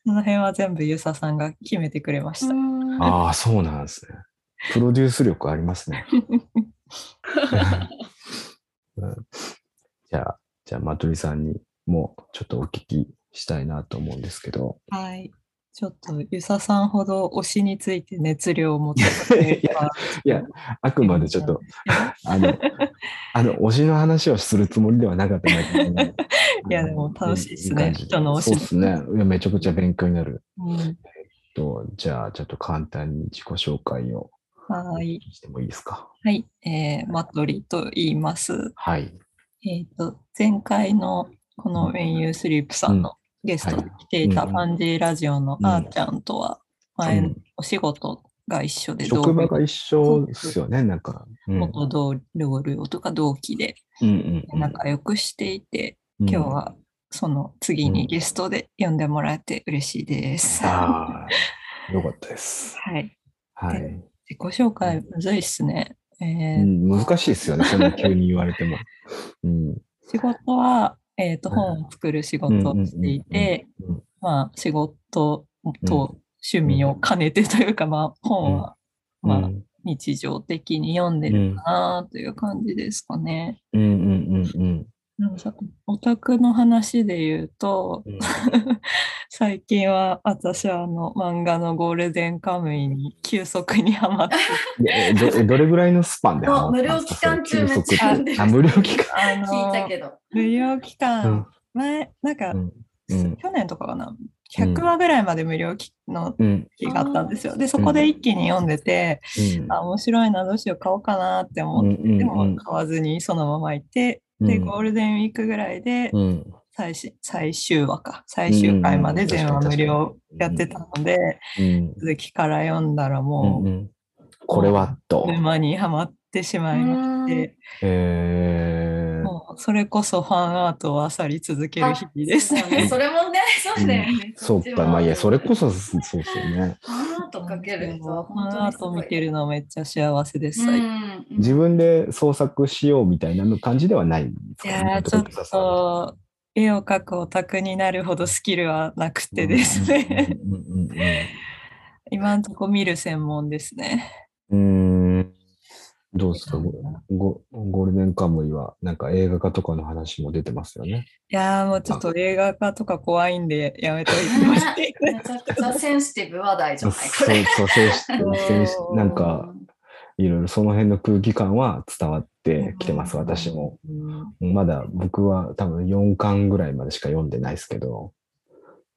Speaker 4: その辺は全部ユサさんが決めてくれました。
Speaker 2: うーん
Speaker 1: ああ、そうなんですね。 プロデュース力ありますね。うんじゃあ、じゃあ、まとりさんにもちょっとお聞きしたいなと思うんですけど。
Speaker 4: はい。ちょっと、ゆささんほど推しについて熱量を持ってたとい うか
Speaker 1: いや、あくまでちょっと、あ の、あの、推しの話をするつもりではなかったんだけどね、
Speaker 4: いや
Speaker 1: あの
Speaker 4: でも楽しいっすね
Speaker 1: 感じ
Speaker 4: 人の推し
Speaker 1: そうですね。いや、めちゃくちゃ勉強になる。
Speaker 4: うん
Speaker 1: とじゃあ、ちょっと簡単に自己紹介を
Speaker 4: はい。
Speaker 1: してもいいですか。
Speaker 4: はい。えー、マトリと言います。
Speaker 1: はい。
Speaker 4: えっ、と、前回のこの When You Sleep さんのゲストに来ていた
Speaker 1: はい
Speaker 4: ファンジーラジオの
Speaker 1: うん
Speaker 4: あーちゃんとは前のお仕事が一緒
Speaker 1: うん
Speaker 4: で
Speaker 1: 職場が
Speaker 4: 同
Speaker 1: 一緒ですよね、なんか。うん
Speaker 4: 元同僚とか同期で
Speaker 1: うんうんうん
Speaker 4: 仲良くしていて、今日はその次
Speaker 1: うん
Speaker 4: にゲストで呼んでもらえて嬉しいです。は
Speaker 1: ああ、よかったです。
Speaker 4: い。
Speaker 1: はい。
Speaker 4: 自己紹介むずいっすね。え
Speaker 1: う
Speaker 4: ー
Speaker 1: ん、難しいですよね、そんな急に言われても。うん。
Speaker 4: 仕事は、えー、と
Speaker 1: うん
Speaker 4: 本を作る仕事をしていて
Speaker 1: うんうんうんうん、
Speaker 4: まあ、仕事
Speaker 1: うん
Speaker 4: と趣味を兼ねてというか、まあ、本は、
Speaker 1: う
Speaker 4: まあ、
Speaker 1: ん
Speaker 4: 日常的に読んで
Speaker 1: う
Speaker 4: る
Speaker 1: ん
Speaker 4: かなという感じですかね。
Speaker 1: うんうんうんうん
Speaker 4: なんかオタクの話で言うと、
Speaker 1: うん。
Speaker 4: 最近は私はあの漫画のゴールデンカムイに急速にハマって、
Speaker 1: えどえどれぐらいのスパンで
Speaker 2: そう
Speaker 1: ハマったんですか
Speaker 2: 無料期間中
Speaker 1: それ急
Speaker 2: めっちゃ
Speaker 1: 速 にあ、無料期間。
Speaker 4: あ
Speaker 2: 聞いた
Speaker 4: の
Speaker 2: けど。
Speaker 4: 無料期間、前、なんか、
Speaker 1: うんうん
Speaker 4: 去年とかかな、
Speaker 1: うん
Speaker 4: 100話ぐらいまで無料期の
Speaker 1: うん
Speaker 4: 時があったんです
Speaker 2: あ
Speaker 4: よ。
Speaker 2: ー
Speaker 4: で、そこで一気に読んでて、
Speaker 1: うん
Speaker 4: あ、面白いな、どうしよう、買おうかなって
Speaker 1: うん
Speaker 4: 思っ
Speaker 1: うんうん
Speaker 4: て、でも買わずにそのままいて、で、ゴールデンウィークぐらいで
Speaker 1: うん
Speaker 4: 最新最終話か、最終回まで全話無料やってたので、
Speaker 1: うん
Speaker 4: 続きから読んだら
Speaker 1: うんう
Speaker 4: も
Speaker 1: んこれはと
Speaker 4: う、。沼にはまってしまいまして、
Speaker 1: えー
Speaker 4: もうそれこそファンアートを漁り続ける日々です
Speaker 2: あそうだね
Speaker 4: ね。
Speaker 2: それも ね、そうだよね。
Speaker 1: そうか、まあいや、それこ
Speaker 2: そ。
Speaker 1: そそうですよね。
Speaker 2: アートかける人は
Speaker 4: ファンアート見て
Speaker 2: る。
Speaker 4: るのめっちゃ幸せです、
Speaker 2: うん
Speaker 4: 最近
Speaker 2: うん
Speaker 1: 自分で創作しようみたいなの感じではないんです
Speaker 4: い
Speaker 1: か
Speaker 4: やーちょっと絵を描くオタクになるほどスキルはなくてですね。
Speaker 1: うんうんうんうんうん
Speaker 4: 今んとこ見る専門ですね。
Speaker 1: うーんどうですか、ごごゴールデンカムイは、なんか映画化とかの話も出てますよね。
Speaker 4: いやーもうちょっと映画化とか怖いんでやめといてほしい。
Speaker 2: めちゃくちゃセンシティブ話題じゃ
Speaker 1: そう、
Speaker 2: ないこれ。
Speaker 1: そう、そうし先しなんか、いろいろその辺の空気感は伝わって きてます、私も。
Speaker 4: うん。
Speaker 1: まだ僕は多分4巻ぐらいまでしか読んでないですけど。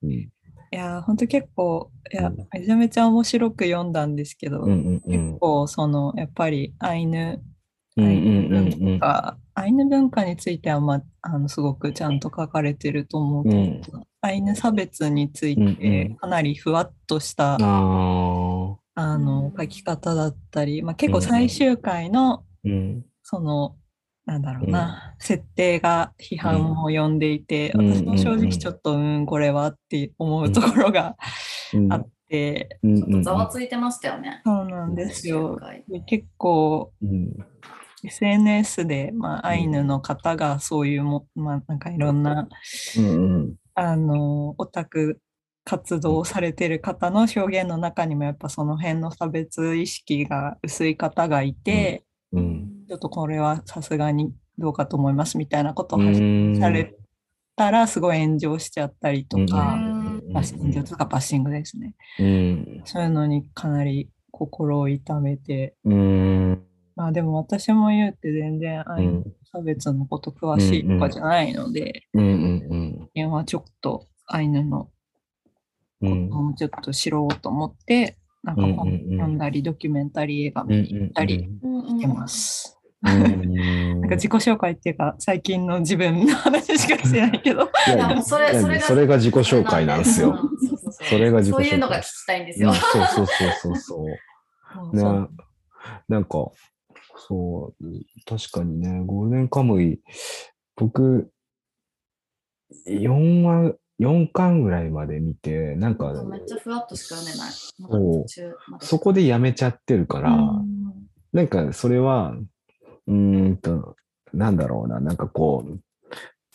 Speaker 1: うん、
Speaker 4: いやーほんと結構いや
Speaker 1: うん
Speaker 4: めちゃめちゃ面白く読んだんですけど、
Speaker 1: うん、うん、う
Speaker 4: 結
Speaker 1: ん。
Speaker 4: 構そのやっぱりアイヌ
Speaker 1: うん、うん、うん、うん
Speaker 4: 文。化、アイヌ文化については、まあ、あのすごくちゃんと書かれてると思うけど、
Speaker 1: うん
Speaker 4: アイヌ差別につい
Speaker 1: うんう
Speaker 4: て
Speaker 1: ん
Speaker 4: かなりふわっとした、
Speaker 1: あ
Speaker 4: あの書き方だったり、まあ、結
Speaker 1: う
Speaker 4: 構
Speaker 1: んうん
Speaker 4: 最終回の
Speaker 1: ーうん。
Speaker 4: その、なんだろうな、設定が批判を呼んでいて、
Speaker 1: うん
Speaker 4: 私も正直ちょっと、うん、これはって思うところが
Speaker 1: うん
Speaker 4: あって、
Speaker 1: うん
Speaker 2: ちょっ
Speaker 1: う
Speaker 2: と
Speaker 1: ん
Speaker 2: ざわついてましたよね。
Speaker 4: そうなんですよ
Speaker 2: 今。回
Speaker 4: で結構
Speaker 1: うん。
Speaker 4: SNS で、まあ、
Speaker 1: うん
Speaker 4: アイヌの方がそういうも、まあ、なんかいろんな、
Speaker 1: うん、うん。
Speaker 4: あの、オタク活動をされてる方の表現の中にも、やっぱその辺の差別意識が薄い方がいて、
Speaker 1: うん。
Speaker 4: ちょっとこれはさすがにどうかと思いますみたいなことを
Speaker 1: う
Speaker 4: 発
Speaker 1: ん
Speaker 4: 信されたら、すごい炎上しちゃったりとか、
Speaker 1: うん
Speaker 4: バッシングとかバッシングですね。
Speaker 1: うん。
Speaker 4: そういうのにかなり心を痛めて、
Speaker 1: うん。
Speaker 4: まあでも私も言うて全然アイヌ差別のこと詳しいとかじゃないので、
Speaker 1: うんうん
Speaker 4: 自分はちょっとアイヌの
Speaker 1: うん。う
Speaker 4: こと
Speaker 1: ん
Speaker 4: もちょっと知ろうと思って、なんか本
Speaker 1: うんうんうん
Speaker 4: 読んだり、ドキュメンタリー映画
Speaker 1: うんう
Speaker 4: 見に行
Speaker 1: ん
Speaker 4: ったり
Speaker 2: うんう
Speaker 4: 行
Speaker 2: ん
Speaker 4: ってます。
Speaker 1: うん。
Speaker 4: なんか自己紹介っていうか、最近の自分の話しかしてないけど、
Speaker 1: いやい
Speaker 2: いやも
Speaker 1: や
Speaker 2: うそれ
Speaker 1: いや
Speaker 2: それが
Speaker 1: それが自己紹介なんですよ。
Speaker 2: うんそうそうそう
Speaker 1: それが自己紹
Speaker 2: そう
Speaker 1: 介。
Speaker 2: いうのが聞きたいんです
Speaker 1: う
Speaker 2: よ
Speaker 1: ん。そうそうそうそうそう。
Speaker 4: もう
Speaker 1: ね
Speaker 4: そう、
Speaker 1: なんか、そう、確かにね、ゴールデンカムイ、僕、4話、4巻ぐらいまで見て、なんか、
Speaker 2: めっちゃふわっとしか読めない。
Speaker 1: そう
Speaker 2: 途中まで
Speaker 1: そこでやめちゃってるから、
Speaker 4: うん
Speaker 1: なんかそれは、うーんと、なんだろうな、なんかこう、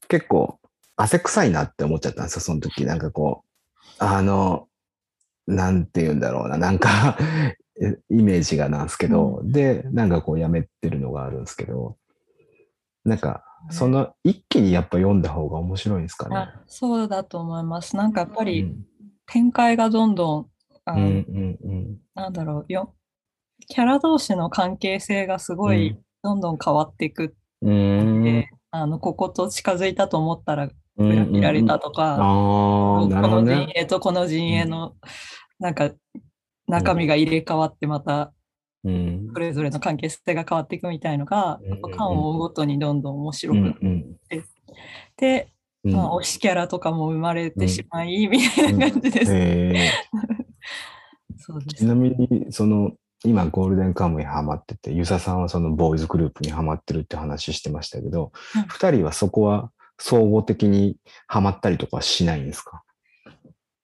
Speaker 1: 結構汗臭いなって思っちゃったんですよ、その時。なんかこう、あの、なんて言うんだろうな、なんか、 イメージがなんですけど、で、なんかこうやめてるのがあるんですけど、なんか、その一気にやっぱ読んだ方が面白いんですかね
Speaker 4: あ。そうだと思います。なんかやっぱ
Speaker 1: う
Speaker 4: り
Speaker 1: ん
Speaker 4: 展開がどんどん、あ
Speaker 1: うんうんうん
Speaker 4: なんだろうよ、キャラ同士の関係性がすごいどんどん変わっていくって、
Speaker 1: うん。うん
Speaker 4: あのここと近づいたと思ったら
Speaker 1: うん
Speaker 4: 裏切られた
Speaker 1: と
Speaker 4: とか、
Speaker 1: ああ、なるほ
Speaker 4: こ
Speaker 1: ど
Speaker 4: の陣
Speaker 1: ね。
Speaker 4: 営とこの陣営の、なんか中身が入れ替わってまた
Speaker 1: うん
Speaker 4: それぞれの関係性が変わっていくみたいのが、
Speaker 1: うんうんうん
Speaker 4: 感を追うごとにどんどん面白
Speaker 1: う
Speaker 4: く
Speaker 1: ん
Speaker 4: なっ
Speaker 1: うん
Speaker 4: て、
Speaker 1: うん
Speaker 4: まあ、推しキャラとかも生まれてしまい、みたいな感じです。
Speaker 1: え
Speaker 4: そう
Speaker 1: ー
Speaker 4: で
Speaker 1: ち
Speaker 4: す
Speaker 1: なみに、その、今、ゴールデンカムイハマってて、ユサさんはそのボーイズグループにハマってるって話してましたけど
Speaker 4: うん、
Speaker 1: 二、人はそこは総合的にハマったりとかはしないんですか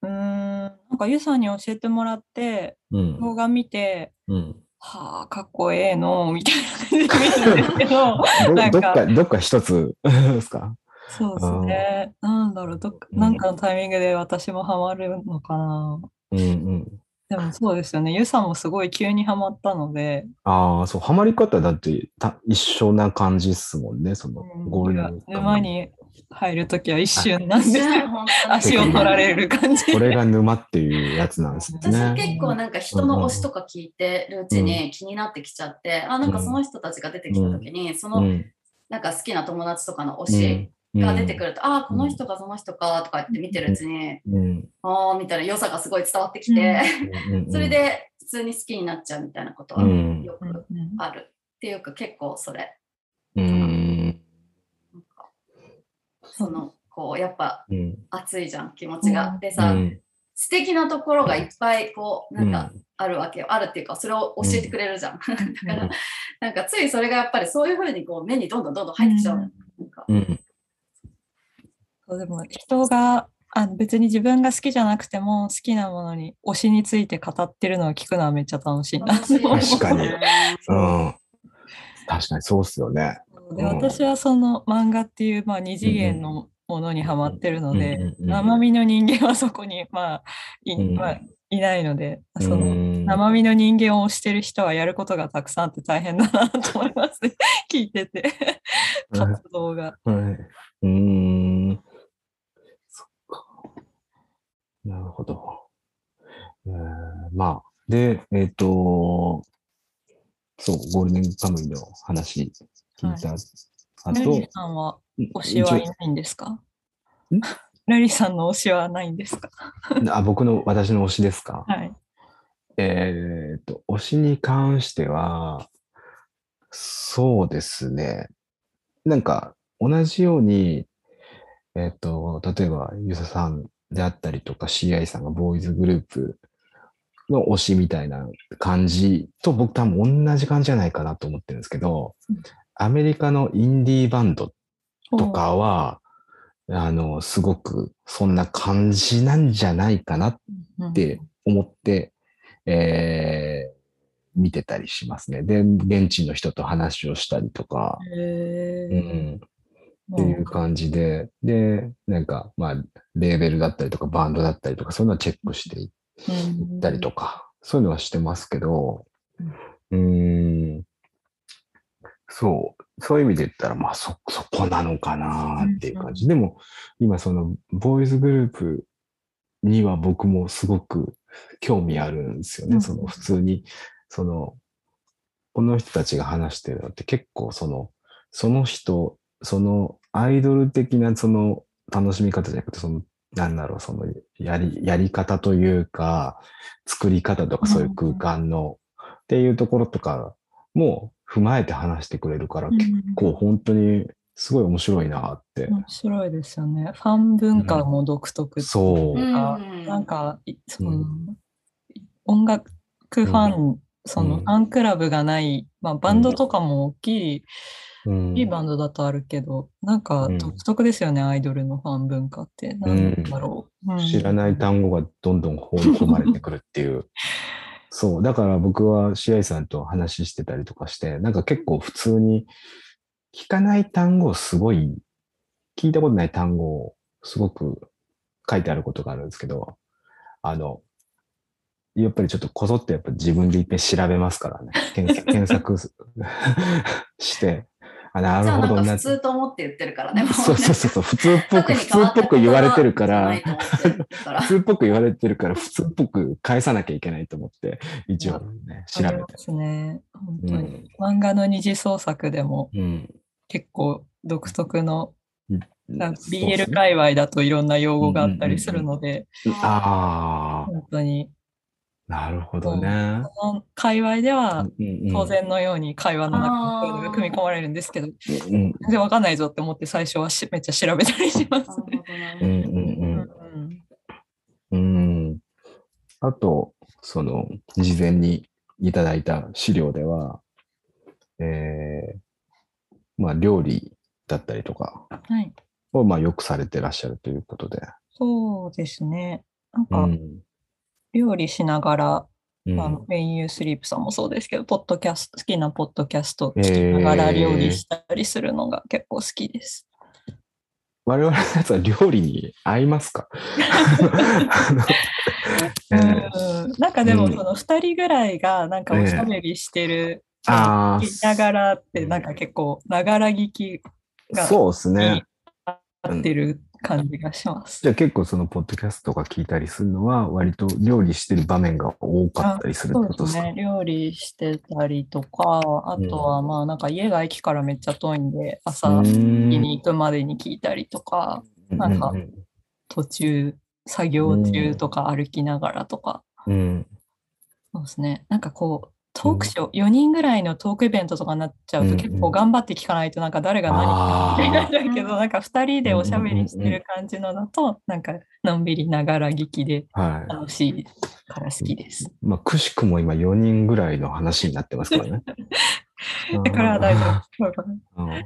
Speaker 4: うーんなんかゆさんに教えてもらって
Speaker 1: うん。
Speaker 4: 動画見て
Speaker 1: うん、
Speaker 4: はあかっこええのみたいな感じで見るんで すけどな
Speaker 1: どど
Speaker 4: んか
Speaker 1: っか、どっか一つですか
Speaker 4: そうですねなんだろうどっか
Speaker 1: うん
Speaker 4: なんかのタイミングで私もハマるのかな
Speaker 1: うんうん。
Speaker 4: でもそうですよねゆさんもすごい急にハマったので
Speaker 1: ああ、そう、ハマり方だってた一緒な感じっすもんね、その
Speaker 4: うん
Speaker 1: ゴールデンカムイ
Speaker 4: 沼に入るときは一瞬なんです
Speaker 2: じ
Speaker 4: よ
Speaker 2: ゃあ本当に
Speaker 4: 足を取られる感じ
Speaker 1: これが沼っていうやつなん です
Speaker 2: 私は
Speaker 1: ね。
Speaker 2: 結構なんか人の推しとか聞いてるうちに気になってきちゃって、あなんかその人たちが出てきた時に、その
Speaker 1: ん。
Speaker 2: なんか好きな友達とかの推しが出てくると、ああこの人がその人かとか言って見てるうちに、
Speaker 1: うん。うん
Speaker 2: ああみたいな良さがすごい伝わってきて、
Speaker 1: うんうんうん
Speaker 2: それで普通に好きになっちゃうみたいなことは
Speaker 1: うん
Speaker 2: よ
Speaker 4: うん
Speaker 2: くある、っていうか結構それ
Speaker 1: うん。
Speaker 2: なんかそのこうやっぱ
Speaker 1: うん。
Speaker 2: 熱いじゃん気持ちが。
Speaker 4: うん
Speaker 2: でさ、
Speaker 1: うん
Speaker 2: 素敵なところがいっぱいこうなんかあるわけよ、あるっていうかそれを教えてくれるじゃん、だからなんかついそれがやっぱりそういうふうにこう目にどんどんどんどん入ってきちゃう、
Speaker 4: うん
Speaker 2: なんか
Speaker 1: うん。うん
Speaker 4: そうでも人があ別に自分が好きじゃなくても好きなものに推しについて語ってるのを聞くのはめっちゃ楽しいなと思う
Speaker 2: 楽しい
Speaker 1: 確かに
Speaker 2: うん
Speaker 1: うん。確かにそうっすよね。
Speaker 4: で
Speaker 1: うん
Speaker 4: 私はその漫画っていう、まあ、二次元のものにハマってるので、
Speaker 1: うんうんうん
Speaker 4: 生身の人間はそこに、まあい
Speaker 1: うん
Speaker 4: まあ、いないので、
Speaker 1: う
Speaker 4: その
Speaker 1: ん
Speaker 4: 生身の人間を推してる人はやることがたくさんあって大変だなと思いますね聞いてて活動が。
Speaker 1: はい。うーん。そっか。なるほど。えーまあ、で、えっ、と、そう、ゴールデンカムイの話聞いた、あと、
Speaker 4: ラリーさんは推しはいないんですか
Speaker 1: ん
Speaker 4: ラリーさんの推しはないんですか
Speaker 1: 一応あ僕の、私の推しですか。
Speaker 4: はい。
Speaker 1: えっと、推しに関しては、そうですね。なんか、同じように、えっと、例えば、ユサさんであったりとか、CI さんがボーイズグループの推しみたいな感じと、僕多分同じ感じじゃないかなと思ってるんですけど
Speaker 4: うん、
Speaker 1: アメリカのインディーバンドと
Speaker 4: おう。
Speaker 1: かは、あの、すごくそんな感じなんじゃないかなっ
Speaker 4: うん
Speaker 1: って思って、えー見てたりしますね。で、現地の人と話をしたりとか、
Speaker 4: へ
Speaker 1: う
Speaker 4: ー
Speaker 1: ん、っ
Speaker 4: も
Speaker 1: て
Speaker 4: う
Speaker 1: いう感じで、で、なんか、まあ、レーベルだったりとか、バンドだったりとか、そういうのはチェックしていったりとか、そういうのはしてますけど、うーん、そう、そういう意味で言ったら、まあそ、そこなのかなっていう感じ。でも、今、その、ボーイズグループには僕もすごく興味あるんですよね。
Speaker 4: うん
Speaker 1: その、普通に、その、この人たちが話してるのって結構、その、その人、そのアイドル的なその楽しみ方じゃなくて、その、なんだろう、そのやり、やり方というか、作り方とかそういう空間の、っていうところとかも踏まえて話してくれるから、
Speaker 4: うん
Speaker 1: 結構本当にすごい面白いなって。
Speaker 4: 面白いですよね。ファン文化も独特
Speaker 1: そうう。
Speaker 4: か
Speaker 2: うん
Speaker 4: なんか、いその
Speaker 1: う
Speaker 4: 音楽ファン、その
Speaker 1: うん
Speaker 4: ファンクラブがない、まあ、バンドとかも大きい、
Speaker 1: うん
Speaker 4: いいバンドだとあるけど、なんか
Speaker 1: うん
Speaker 4: 独特ですよね、アイドルのファン文化って。なんだろう。うん
Speaker 1: 知らない単語がどんどん放り込まれてくるっていう。そう。だから僕は試合さんと話してたりとかして、なんか結構普通に聞かない単語をすごい、聞いたことない単語をすごく書いてあることがあるんですけど、あの、やっぱりちょっとこぞ ってやっぱ自分でいっぺん調べますからね。検索検索すして、あなるほど
Speaker 2: なんか
Speaker 1: な
Speaker 2: 普。通と思って言ってるからね。もうね
Speaker 1: そうそうそうそう、普通っぽ
Speaker 2: 特
Speaker 1: く、
Speaker 2: に
Speaker 1: 普
Speaker 2: 変
Speaker 1: 通
Speaker 2: わ
Speaker 1: っぽく言われてるから、
Speaker 2: ったことはないと思ってる から
Speaker 1: 普通っぽく言われてるから、普通っぽく返さなきゃいけないと思って、一応ね、調べ
Speaker 4: あ
Speaker 1: て
Speaker 4: りま。すね。本
Speaker 1: う
Speaker 4: 当に。
Speaker 1: ん。
Speaker 4: 漫画の二次創作でも
Speaker 1: うん。
Speaker 4: 結構独特のなんか
Speaker 1: そうっすね
Speaker 4: BL 界隈だといろんな用語があったりするので、
Speaker 1: ああ、
Speaker 4: 本当に
Speaker 1: なるほどね。
Speaker 4: この界隈では
Speaker 1: うんうん
Speaker 4: 当。然のように会話の中にそういうのが組み込まれるんですけど、
Speaker 1: うん
Speaker 4: 全然わかんないぞって思って最初はしめっちゃ調べたりしますね。
Speaker 1: うんうんうんうん。あと、その、事前にいただいた資料では、えー、まあ、料理だったりとか
Speaker 4: はい、
Speaker 1: を、まあ、よくされてらっしゃるということで。
Speaker 4: そうですね。なん
Speaker 1: う
Speaker 4: か
Speaker 1: ん
Speaker 4: 料理しながら、
Speaker 1: うん
Speaker 4: あのメインユースリープさんもそうですけど、ポッドキャスト好きなポッドキャストを聞きながら料理したりするのが結構好きです。
Speaker 1: 我々のやつは料理に合いますかあのえー
Speaker 4: うんなんかでも
Speaker 1: うん
Speaker 4: その2人ぐらいがなんかおしゃべりしてる、
Speaker 1: あ
Speaker 4: 聞きな
Speaker 1: ー
Speaker 4: がらってなんか結構ながら聞きが
Speaker 1: そうですね。
Speaker 4: 合ってる感じがします。
Speaker 1: じゃあ結構そのポッドキャストとか聞いたりするのは割と料理してる場面が多かったりするっ
Speaker 4: そ
Speaker 1: て
Speaker 4: う
Speaker 1: こ
Speaker 4: で
Speaker 1: とですすか
Speaker 4: ね。料理してたりとか、あとはまあなんか家が駅からめっちゃ遠いんで、朝
Speaker 1: う
Speaker 4: 家
Speaker 1: ーん
Speaker 4: に行くまでに聞いたりとか、なんか
Speaker 1: うんうんうん
Speaker 4: 途中、作業中とか歩きながらとか、
Speaker 1: うん
Speaker 4: そうですね。なんかこう、トークショー、4人ぐらいのトークイベントとかになっちゃうと結
Speaker 1: うんう
Speaker 4: 構
Speaker 1: ん
Speaker 4: 頑張って聞かないとなんか誰が何
Speaker 1: あー
Speaker 4: みたいになっちゃうけど、なんか2人でおしゃべりし
Speaker 1: うんう
Speaker 4: て
Speaker 1: んうん
Speaker 4: る感じのだと、なんかのんびりながら聞きで
Speaker 1: は
Speaker 4: 楽しいから好きです。
Speaker 1: い。まあ、くしくも今4人ぐらいの話になってますからね。
Speaker 4: だから大丈 夫。
Speaker 1: 夫。
Speaker 4: ね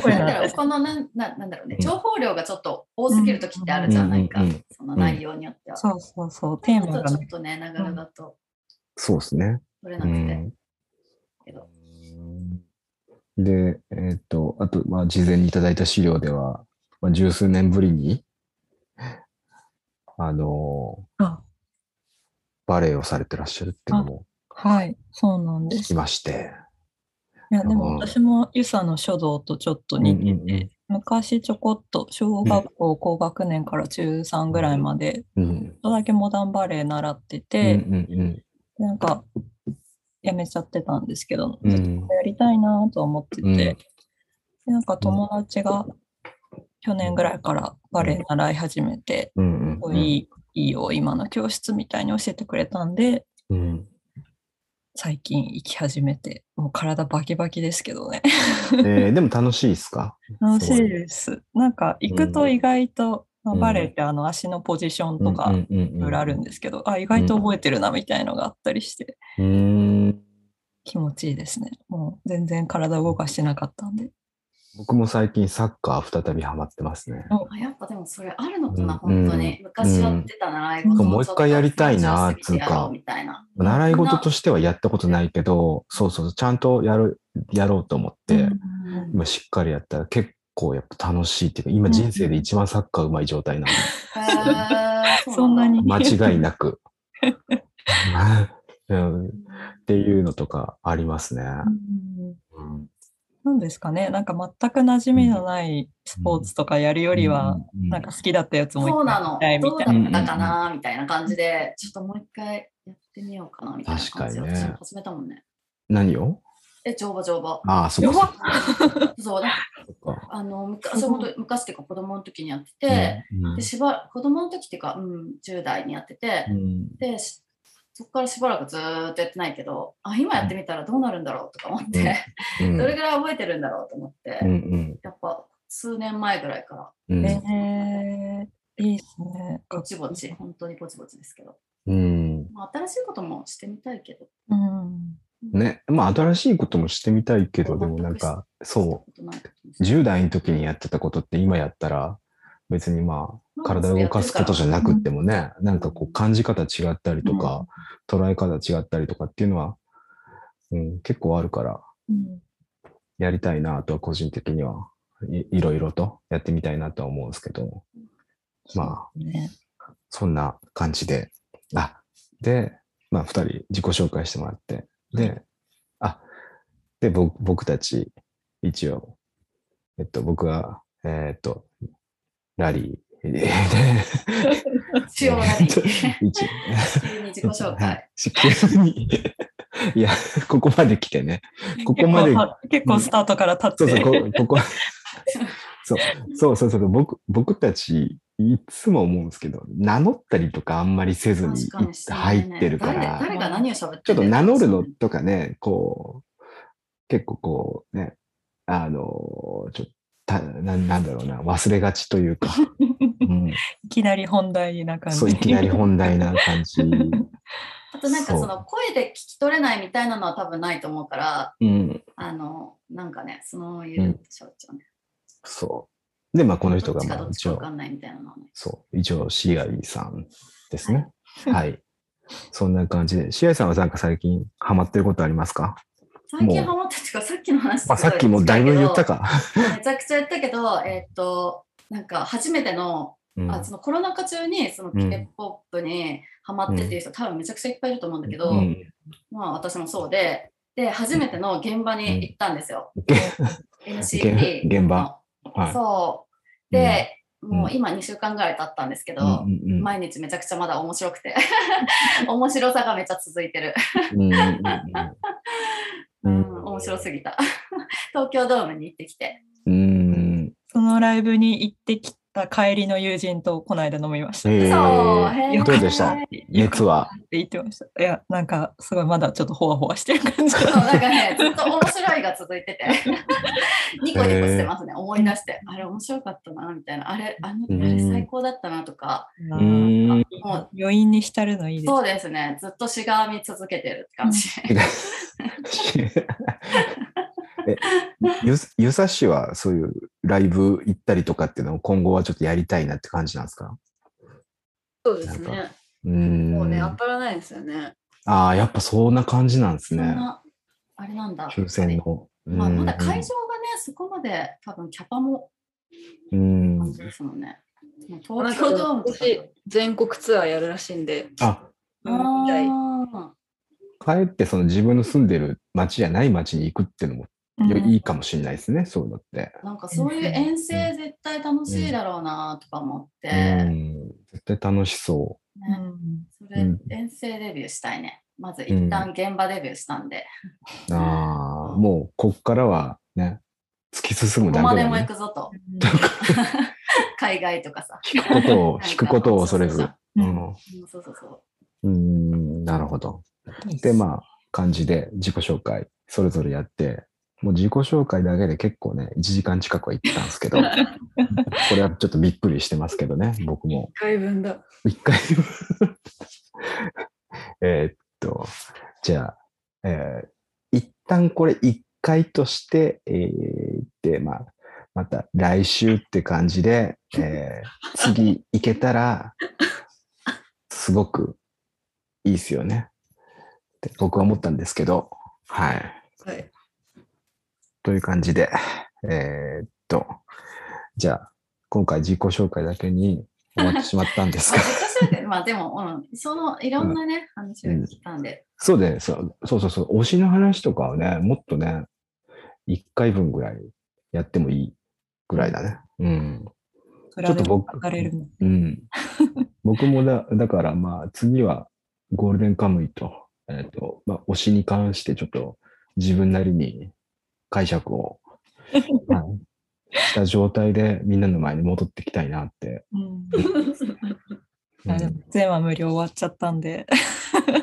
Speaker 4: これ
Speaker 2: なん
Speaker 4: なん
Speaker 2: だろ
Speaker 4: で
Speaker 2: う
Speaker 4: す
Speaker 2: このなんななんだろうね
Speaker 1: うん
Speaker 2: 情報量がちょっと多すぎる時ってあるじゃないか、
Speaker 1: うんうんうん
Speaker 2: その内容によっては。
Speaker 4: そうそうそう、テーマ
Speaker 2: ち
Speaker 4: が
Speaker 2: ょ
Speaker 4: ね
Speaker 2: っとねながらだと
Speaker 1: そうですね。
Speaker 2: 取れな
Speaker 1: う
Speaker 2: くて、
Speaker 1: ん
Speaker 2: けど
Speaker 1: で、えっ、と、あと、まあ、事前にいただいた資料では、まあ、十数年ぶりに、あの
Speaker 4: あ
Speaker 1: バレエをされてらっしゃるっていうのも
Speaker 4: はい、そうなんで
Speaker 1: 聞
Speaker 4: す。
Speaker 1: きまして。
Speaker 4: いや、で
Speaker 1: う
Speaker 4: も
Speaker 1: ん
Speaker 4: 私もユサの書道とちょっと似てて、
Speaker 1: うんうんうん
Speaker 4: 昔ちょこっと小学校、高学年から中3ぐらいまで、
Speaker 1: うん。
Speaker 4: ちょっとだけモダンバレエ習って
Speaker 1: うん
Speaker 4: て、
Speaker 1: うん
Speaker 4: なんか、やめちゃってたんですけど、
Speaker 1: うん。う
Speaker 4: ずっ
Speaker 1: ん
Speaker 4: とやりたいなとは思ってて、
Speaker 1: うん
Speaker 4: でなんか友達が去年ぐらいからバレエ習い始めて、
Speaker 1: うん
Speaker 4: す
Speaker 1: う
Speaker 4: ご
Speaker 1: ん。
Speaker 4: いいいいよ、今の教室みたいに教えてくれたんで、
Speaker 1: うん。
Speaker 4: 最近行き始めて、もう体バキバキですけどね。
Speaker 1: えーでも楽しいですか
Speaker 4: 楽しいです。なんか行くと意外と、まあ
Speaker 1: うん
Speaker 4: バレエってあの足のポジションとか
Speaker 1: うんうんうん
Speaker 4: いろいろあるんですけど、あ、意外と覚えてるなみたいのがあったりして、
Speaker 1: うーん。
Speaker 4: 気持ちいいですね。もう全然体動かしてなかったんで。
Speaker 1: 僕も最近サッカー再びハマってますね。
Speaker 2: あやっぱでもそれあるのかな、
Speaker 1: うん
Speaker 2: 本当に昔やってた習い事
Speaker 4: うん
Speaker 1: もう一回やりたいな
Speaker 2: ちょっと
Speaker 1: つうか
Speaker 2: みたいな
Speaker 1: 習い事としてはやったことないけど、そうそう、ちゃんとやる、やろうと思って、
Speaker 4: うん
Speaker 1: 今しっかりやったら結構やっぱ楽しいっていうか、今
Speaker 4: うん
Speaker 1: 人生で一番サッカーうまい状態な
Speaker 2: へー
Speaker 4: そんな
Speaker 1: の。
Speaker 4: に
Speaker 1: 間違いなく。うんっていうのとかありますね。
Speaker 4: うん
Speaker 1: うん
Speaker 4: なんですかね、なんか全く馴染みのないスポーツとかやるよりは、、
Speaker 1: うん
Speaker 4: なんか好きだったやつも
Speaker 2: そう
Speaker 4: 一
Speaker 2: な
Speaker 4: 回
Speaker 2: の
Speaker 4: やりたい
Speaker 2: どう
Speaker 4: み
Speaker 2: だっ
Speaker 4: たいな。
Speaker 2: たかなみたいな感じでちょっともう一回やってみようかなみたいな感じで
Speaker 1: 確かにね
Speaker 2: 私も始めたもんね
Speaker 1: 何を
Speaker 2: え乗馬乗 馬
Speaker 1: ああ、そうか
Speaker 2: そうだ
Speaker 1: そうか。
Speaker 2: あの昔
Speaker 4: すごい
Speaker 2: 本当に昔っていうか子供の時にやってて、
Speaker 1: うん
Speaker 2: でしばら子供の時っていうか、うん、10代にやってて、
Speaker 1: うん
Speaker 2: でしそこからしばらくずーっとやってないけどあ今やってみたらどうなるんだろうとか思って、
Speaker 1: う ん
Speaker 2: どれぐらい覚えてるんだろうと思って、
Speaker 1: うんうん
Speaker 2: やっぱ数年前ぐらいから
Speaker 1: うん
Speaker 4: えー、いいですね。
Speaker 2: ぼちぼち本当にぼちぼちですけど、
Speaker 1: うん
Speaker 2: まあ、新しいこともしてみたいけど
Speaker 4: うん。
Speaker 1: ね、まあ新しいこともしてみたいけど、でもなんか、そう、10代の時にやってたことって今やったら別にまあ体を動かすことじゃなくってもね、なんかこう感じ方違ったりとか、捉え方違ったりとかっていうのは、うん、結構あるから
Speaker 4: うん
Speaker 1: やりたいなとは個人的にはいいろいろとやってみたいなとは思うんですけど、まあ
Speaker 4: ね、
Speaker 1: そんな感じで、あ、で、まあ2人自己紹介してもらって、で、あ、で、僕僕たち一応、えっと、僕は、えーっと、ラリー、え
Speaker 2: 主要な理由
Speaker 1: ー 一応、
Speaker 2: 急に自己紹
Speaker 1: は
Speaker 2: 介。
Speaker 1: い、し急に、いや、ここまで来てね、ここまで
Speaker 4: 結構は結構スタートから立って
Speaker 1: そうそう、ここ こそうそうそうそう僕、僕たち、いつも思うんですけど、名乗ったりとかあんまりせず
Speaker 2: 確
Speaker 1: に
Speaker 2: かにしてない
Speaker 1: 入
Speaker 2: ね
Speaker 1: ってるから、
Speaker 2: 誰誰が何を喋ってる
Speaker 1: ちょっと名乗るのとかね、こう、結構こうね、あの、ちょたななんだろうな、忘れがちと いうか、うん、
Speaker 4: いきなり本題な感じ。
Speaker 1: そういきなり本題な感じ。
Speaker 2: あとなんか
Speaker 1: そう
Speaker 2: その声で聞き取れないみたいなのは多分ないと思うから、
Speaker 1: うん、
Speaker 2: あの、なんかね、そういう象徴ね。
Speaker 1: そう。で、まあ、この人
Speaker 2: どっ
Speaker 1: が、
Speaker 2: ちか
Speaker 1: ま
Speaker 2: ど
Speaker 1: あ、
Speaker 2: っち
Speaker 1: 一
Speaker 2: かわ
Speaker 1: 応
Speaker 2: か、んないみたいなのはね。
Speaker 1: そう、一応、シアイさんですね。はい。そんな感じで、シアイさんはなんか最近ハマってることありますか
Speaker 2: 最近
Speaker 1: もう
Speaker 2: ハマったっていうか、さっきの話
Speaker 1: まあ、さっきもだいぶ言った。か。
Speaker 2: めちゃくちゃ言ったけど、えーっと、なんか初めての、
Speaker 1: うん
Speaker 2: あそのコロナ禍中にその
Speaker 1: うん
Speaker 2: K-POP にハマってっていう人、多分めちゃくちゃいっぱいいると思うんだけど、
Speaker 1: うん
Speaker 2: まあ私もそうで、で、初めての現場に行ったんですよ。
Speaker 1: げ
Speaker 2: NCT
Speaker 1: 現場。はい
Speaker 2: そう。
Speaker 1: うん
Speaker 2: で、もううん今2週間ぐらい経ったんですけど、
Speaker 1: うんうんうん
Speaker 2: 毎日めちゃくちゃまだ面白くて、 面白さがめちゃ続いてる。
Speaker 1: うんうんう
Speaker 2: うんん、面白すぎた。 東京ドームに行ってきて。
Speaker 1: うん。
Speaker 4: そのライブに行ってきた帰りの友人とこの間飲みました。
Speaker 1: へえ
Speaker 2: そうへえ
Speaker 1: どうでした
Speaker 4: よ
Speaker 1: 熱
Speaker 4: くっ
Speaker 1: は。
Speaker 4: て言ってました。いや、なんかすごいまだちょっとほわほわしてる感じ。
Speaker 2: そうなんかね、ずっと面白いが続いてて、 ニコニコしてますね、思い出して、あれ面白かったな、みたいな、あれ、あの、
Speaker 1: うん
Speaker 2: あれ最高だったなとか、
Speaker 1: う
Speaker 4: う
Speaker 1: ん。
Speaker 4: ん
Speaker 2: もう、
Speaker 4: 余韻に浸るのいいです。
Speaker 2: そうですね、ずっとしがみ続けてるって感 じ。
Speaker 1: えゆゆさしはそういうライブ行ったりとかっていうのを今後はちょっとやりたいなって感じなんですか
Speaker 3: そうです
Speaker 1: なん
Speaker 3: ね。
Speaker 1: う
Speaker 3: もうね、
Speaker 1: ん。
Speaker 3: 当
Speaker 1: あ
Speaker 3: たらないですよね。
Speaker 1: あー、やっぱそんな感じなんです
Speaker 2: そん
Speaker 1: ね。
Speaker 2: な、あれなんだ。
Speaker 1: 抽選の。
Speaker 2: まあ、
Speaker 1: うん
Speaker 2: まだ会場がね、そこまで多分キャパも
Speaker 1: うん
Speaker 2: 感じですもんね。もう
Speaker 3: なん
Speaker 2: 東
Speaker 3: か
Speaker 2: 京ドームと
Speaker 3: 今
Speaker 2: か
Speaker 3: 年全国ツアーやるらしいんで、
Speaker 1: あ、
Speaker 3: みたい
Speaker 2: あ
Speaker 1: かえってその自分の住んでる町じゃない町に行くっていうのも
Speaker 4: うん
Speaker 1: よいいかもしれないですね、そういうのって。
Speaker 2: ーなんかそういう遠征絶対楽しいだろうなとか思って、
Speaker 1: うん絶対楽しそう
Speaker 2: ね
Speaker 4: ん
Speaker 2: それ
Speaker 1: うん
Speaker 2: 遠征デビューしたいね。まず一旦現場デビューしたんで、
Speaker 1: う。ああ、もうこっからはね、突き進む
Speaker 2: ここ
Speaker 1: だ
Speaker 2: ま
Speaker 1: け
Speaker 2: で
Speaker 1: だ、
Speaker 2: も行
Speaker 1: ね。
Speaker 2: くぞと。 海外とかさ。
Speaker 1: 引くことを、
Speaker 2: はい
Speaker 1: 引くことを恐 れず。 う、
Speaker 4: うん
Speaker 2: うんそうそうそう。
Speaker 1: うん、なるほど。で、まあ、感じで自己紹介、それぞれやって、もう自己紹介だけで結構ね、1時間近くは行ったんですけ ど、これはちょっとびっくりしてますけどね、僕も。
Speaker 3: 回分だ。
Speaker 1: 一回 えーっと、じゃあ、えー一旦これ一回として、えーで、まあ、また来週って感じで、えー次行けたら、すごくいいですよね。って僕は思ったんですけど、はい。
Speaker 3: はい。
Speaker 1: という感じで、えーっと、じゃあ、今回自己紹介だけに終わってしまったんです
Speaker 2: まあ、
Speaker 1: が。
Speaker 2: 自己紹介、まあでも、うん、そのいろんなね、話を聞いたんで、
Speaker 1: そうで、そうそうそうそう、推しの話とかはね、もっとね、1回分ぐらいやってもいいぐらいだね。うん。
Speaker 4: ちょっ
Speaker 1: ちょっと
Speaker 4: と
Speaker 1: 僕
Speaker 4: 上がれるの。
Speaker 1: うん、僕もだ、だからまあ、次はゴールデンカムイと、えっ、と、まあ、推しに関してちょっと自分なりに解釈を、はいした状態でみんなの前に戻ってきたいなって。
Speaker 4: うん
Speaker 1: うん
Speaker 4: あでも全話無料終わっちゃったんで。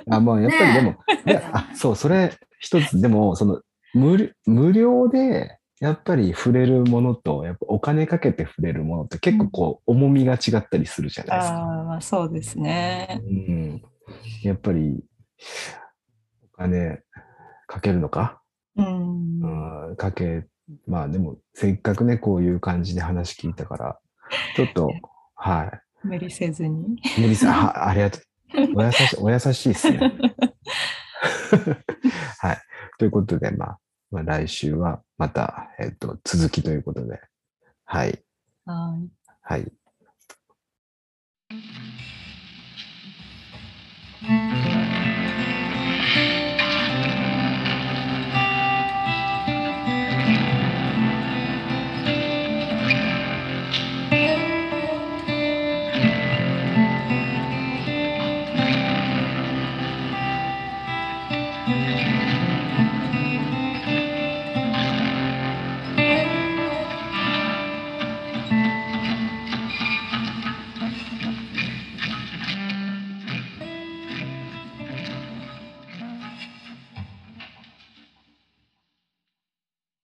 Speaker 1: あまあやっぱりでも、
Speaker 2: え
Speaker 1: いやあそうそれ一つでもその無料無料でやっぱり触れるものとやっぱお金かけて触れるものって結構こう重みが違ったりするじゃないです
Speaker 4: あ
Speaker 1: か。
Speaker 4: あ、まあそうですね。
Speaker 1: うん、やっぱりお金かけるのか、
Speaker 4: うん。
Speaker 1: うん、かけまあでもせっかくねこういう感じで話聞いたからちょっとはい
Speaker 4: 無理せずに。
Speaker 1: ゆりさん、あありがとう。お優しい、お優しいですね。はい。ということで、まあ、まあ、来週はまた、えっと、続きということで。はい。
Speaker 4: はい。
Speaker 1: はい。
Speaker 5: 「
Speaker 2: ね。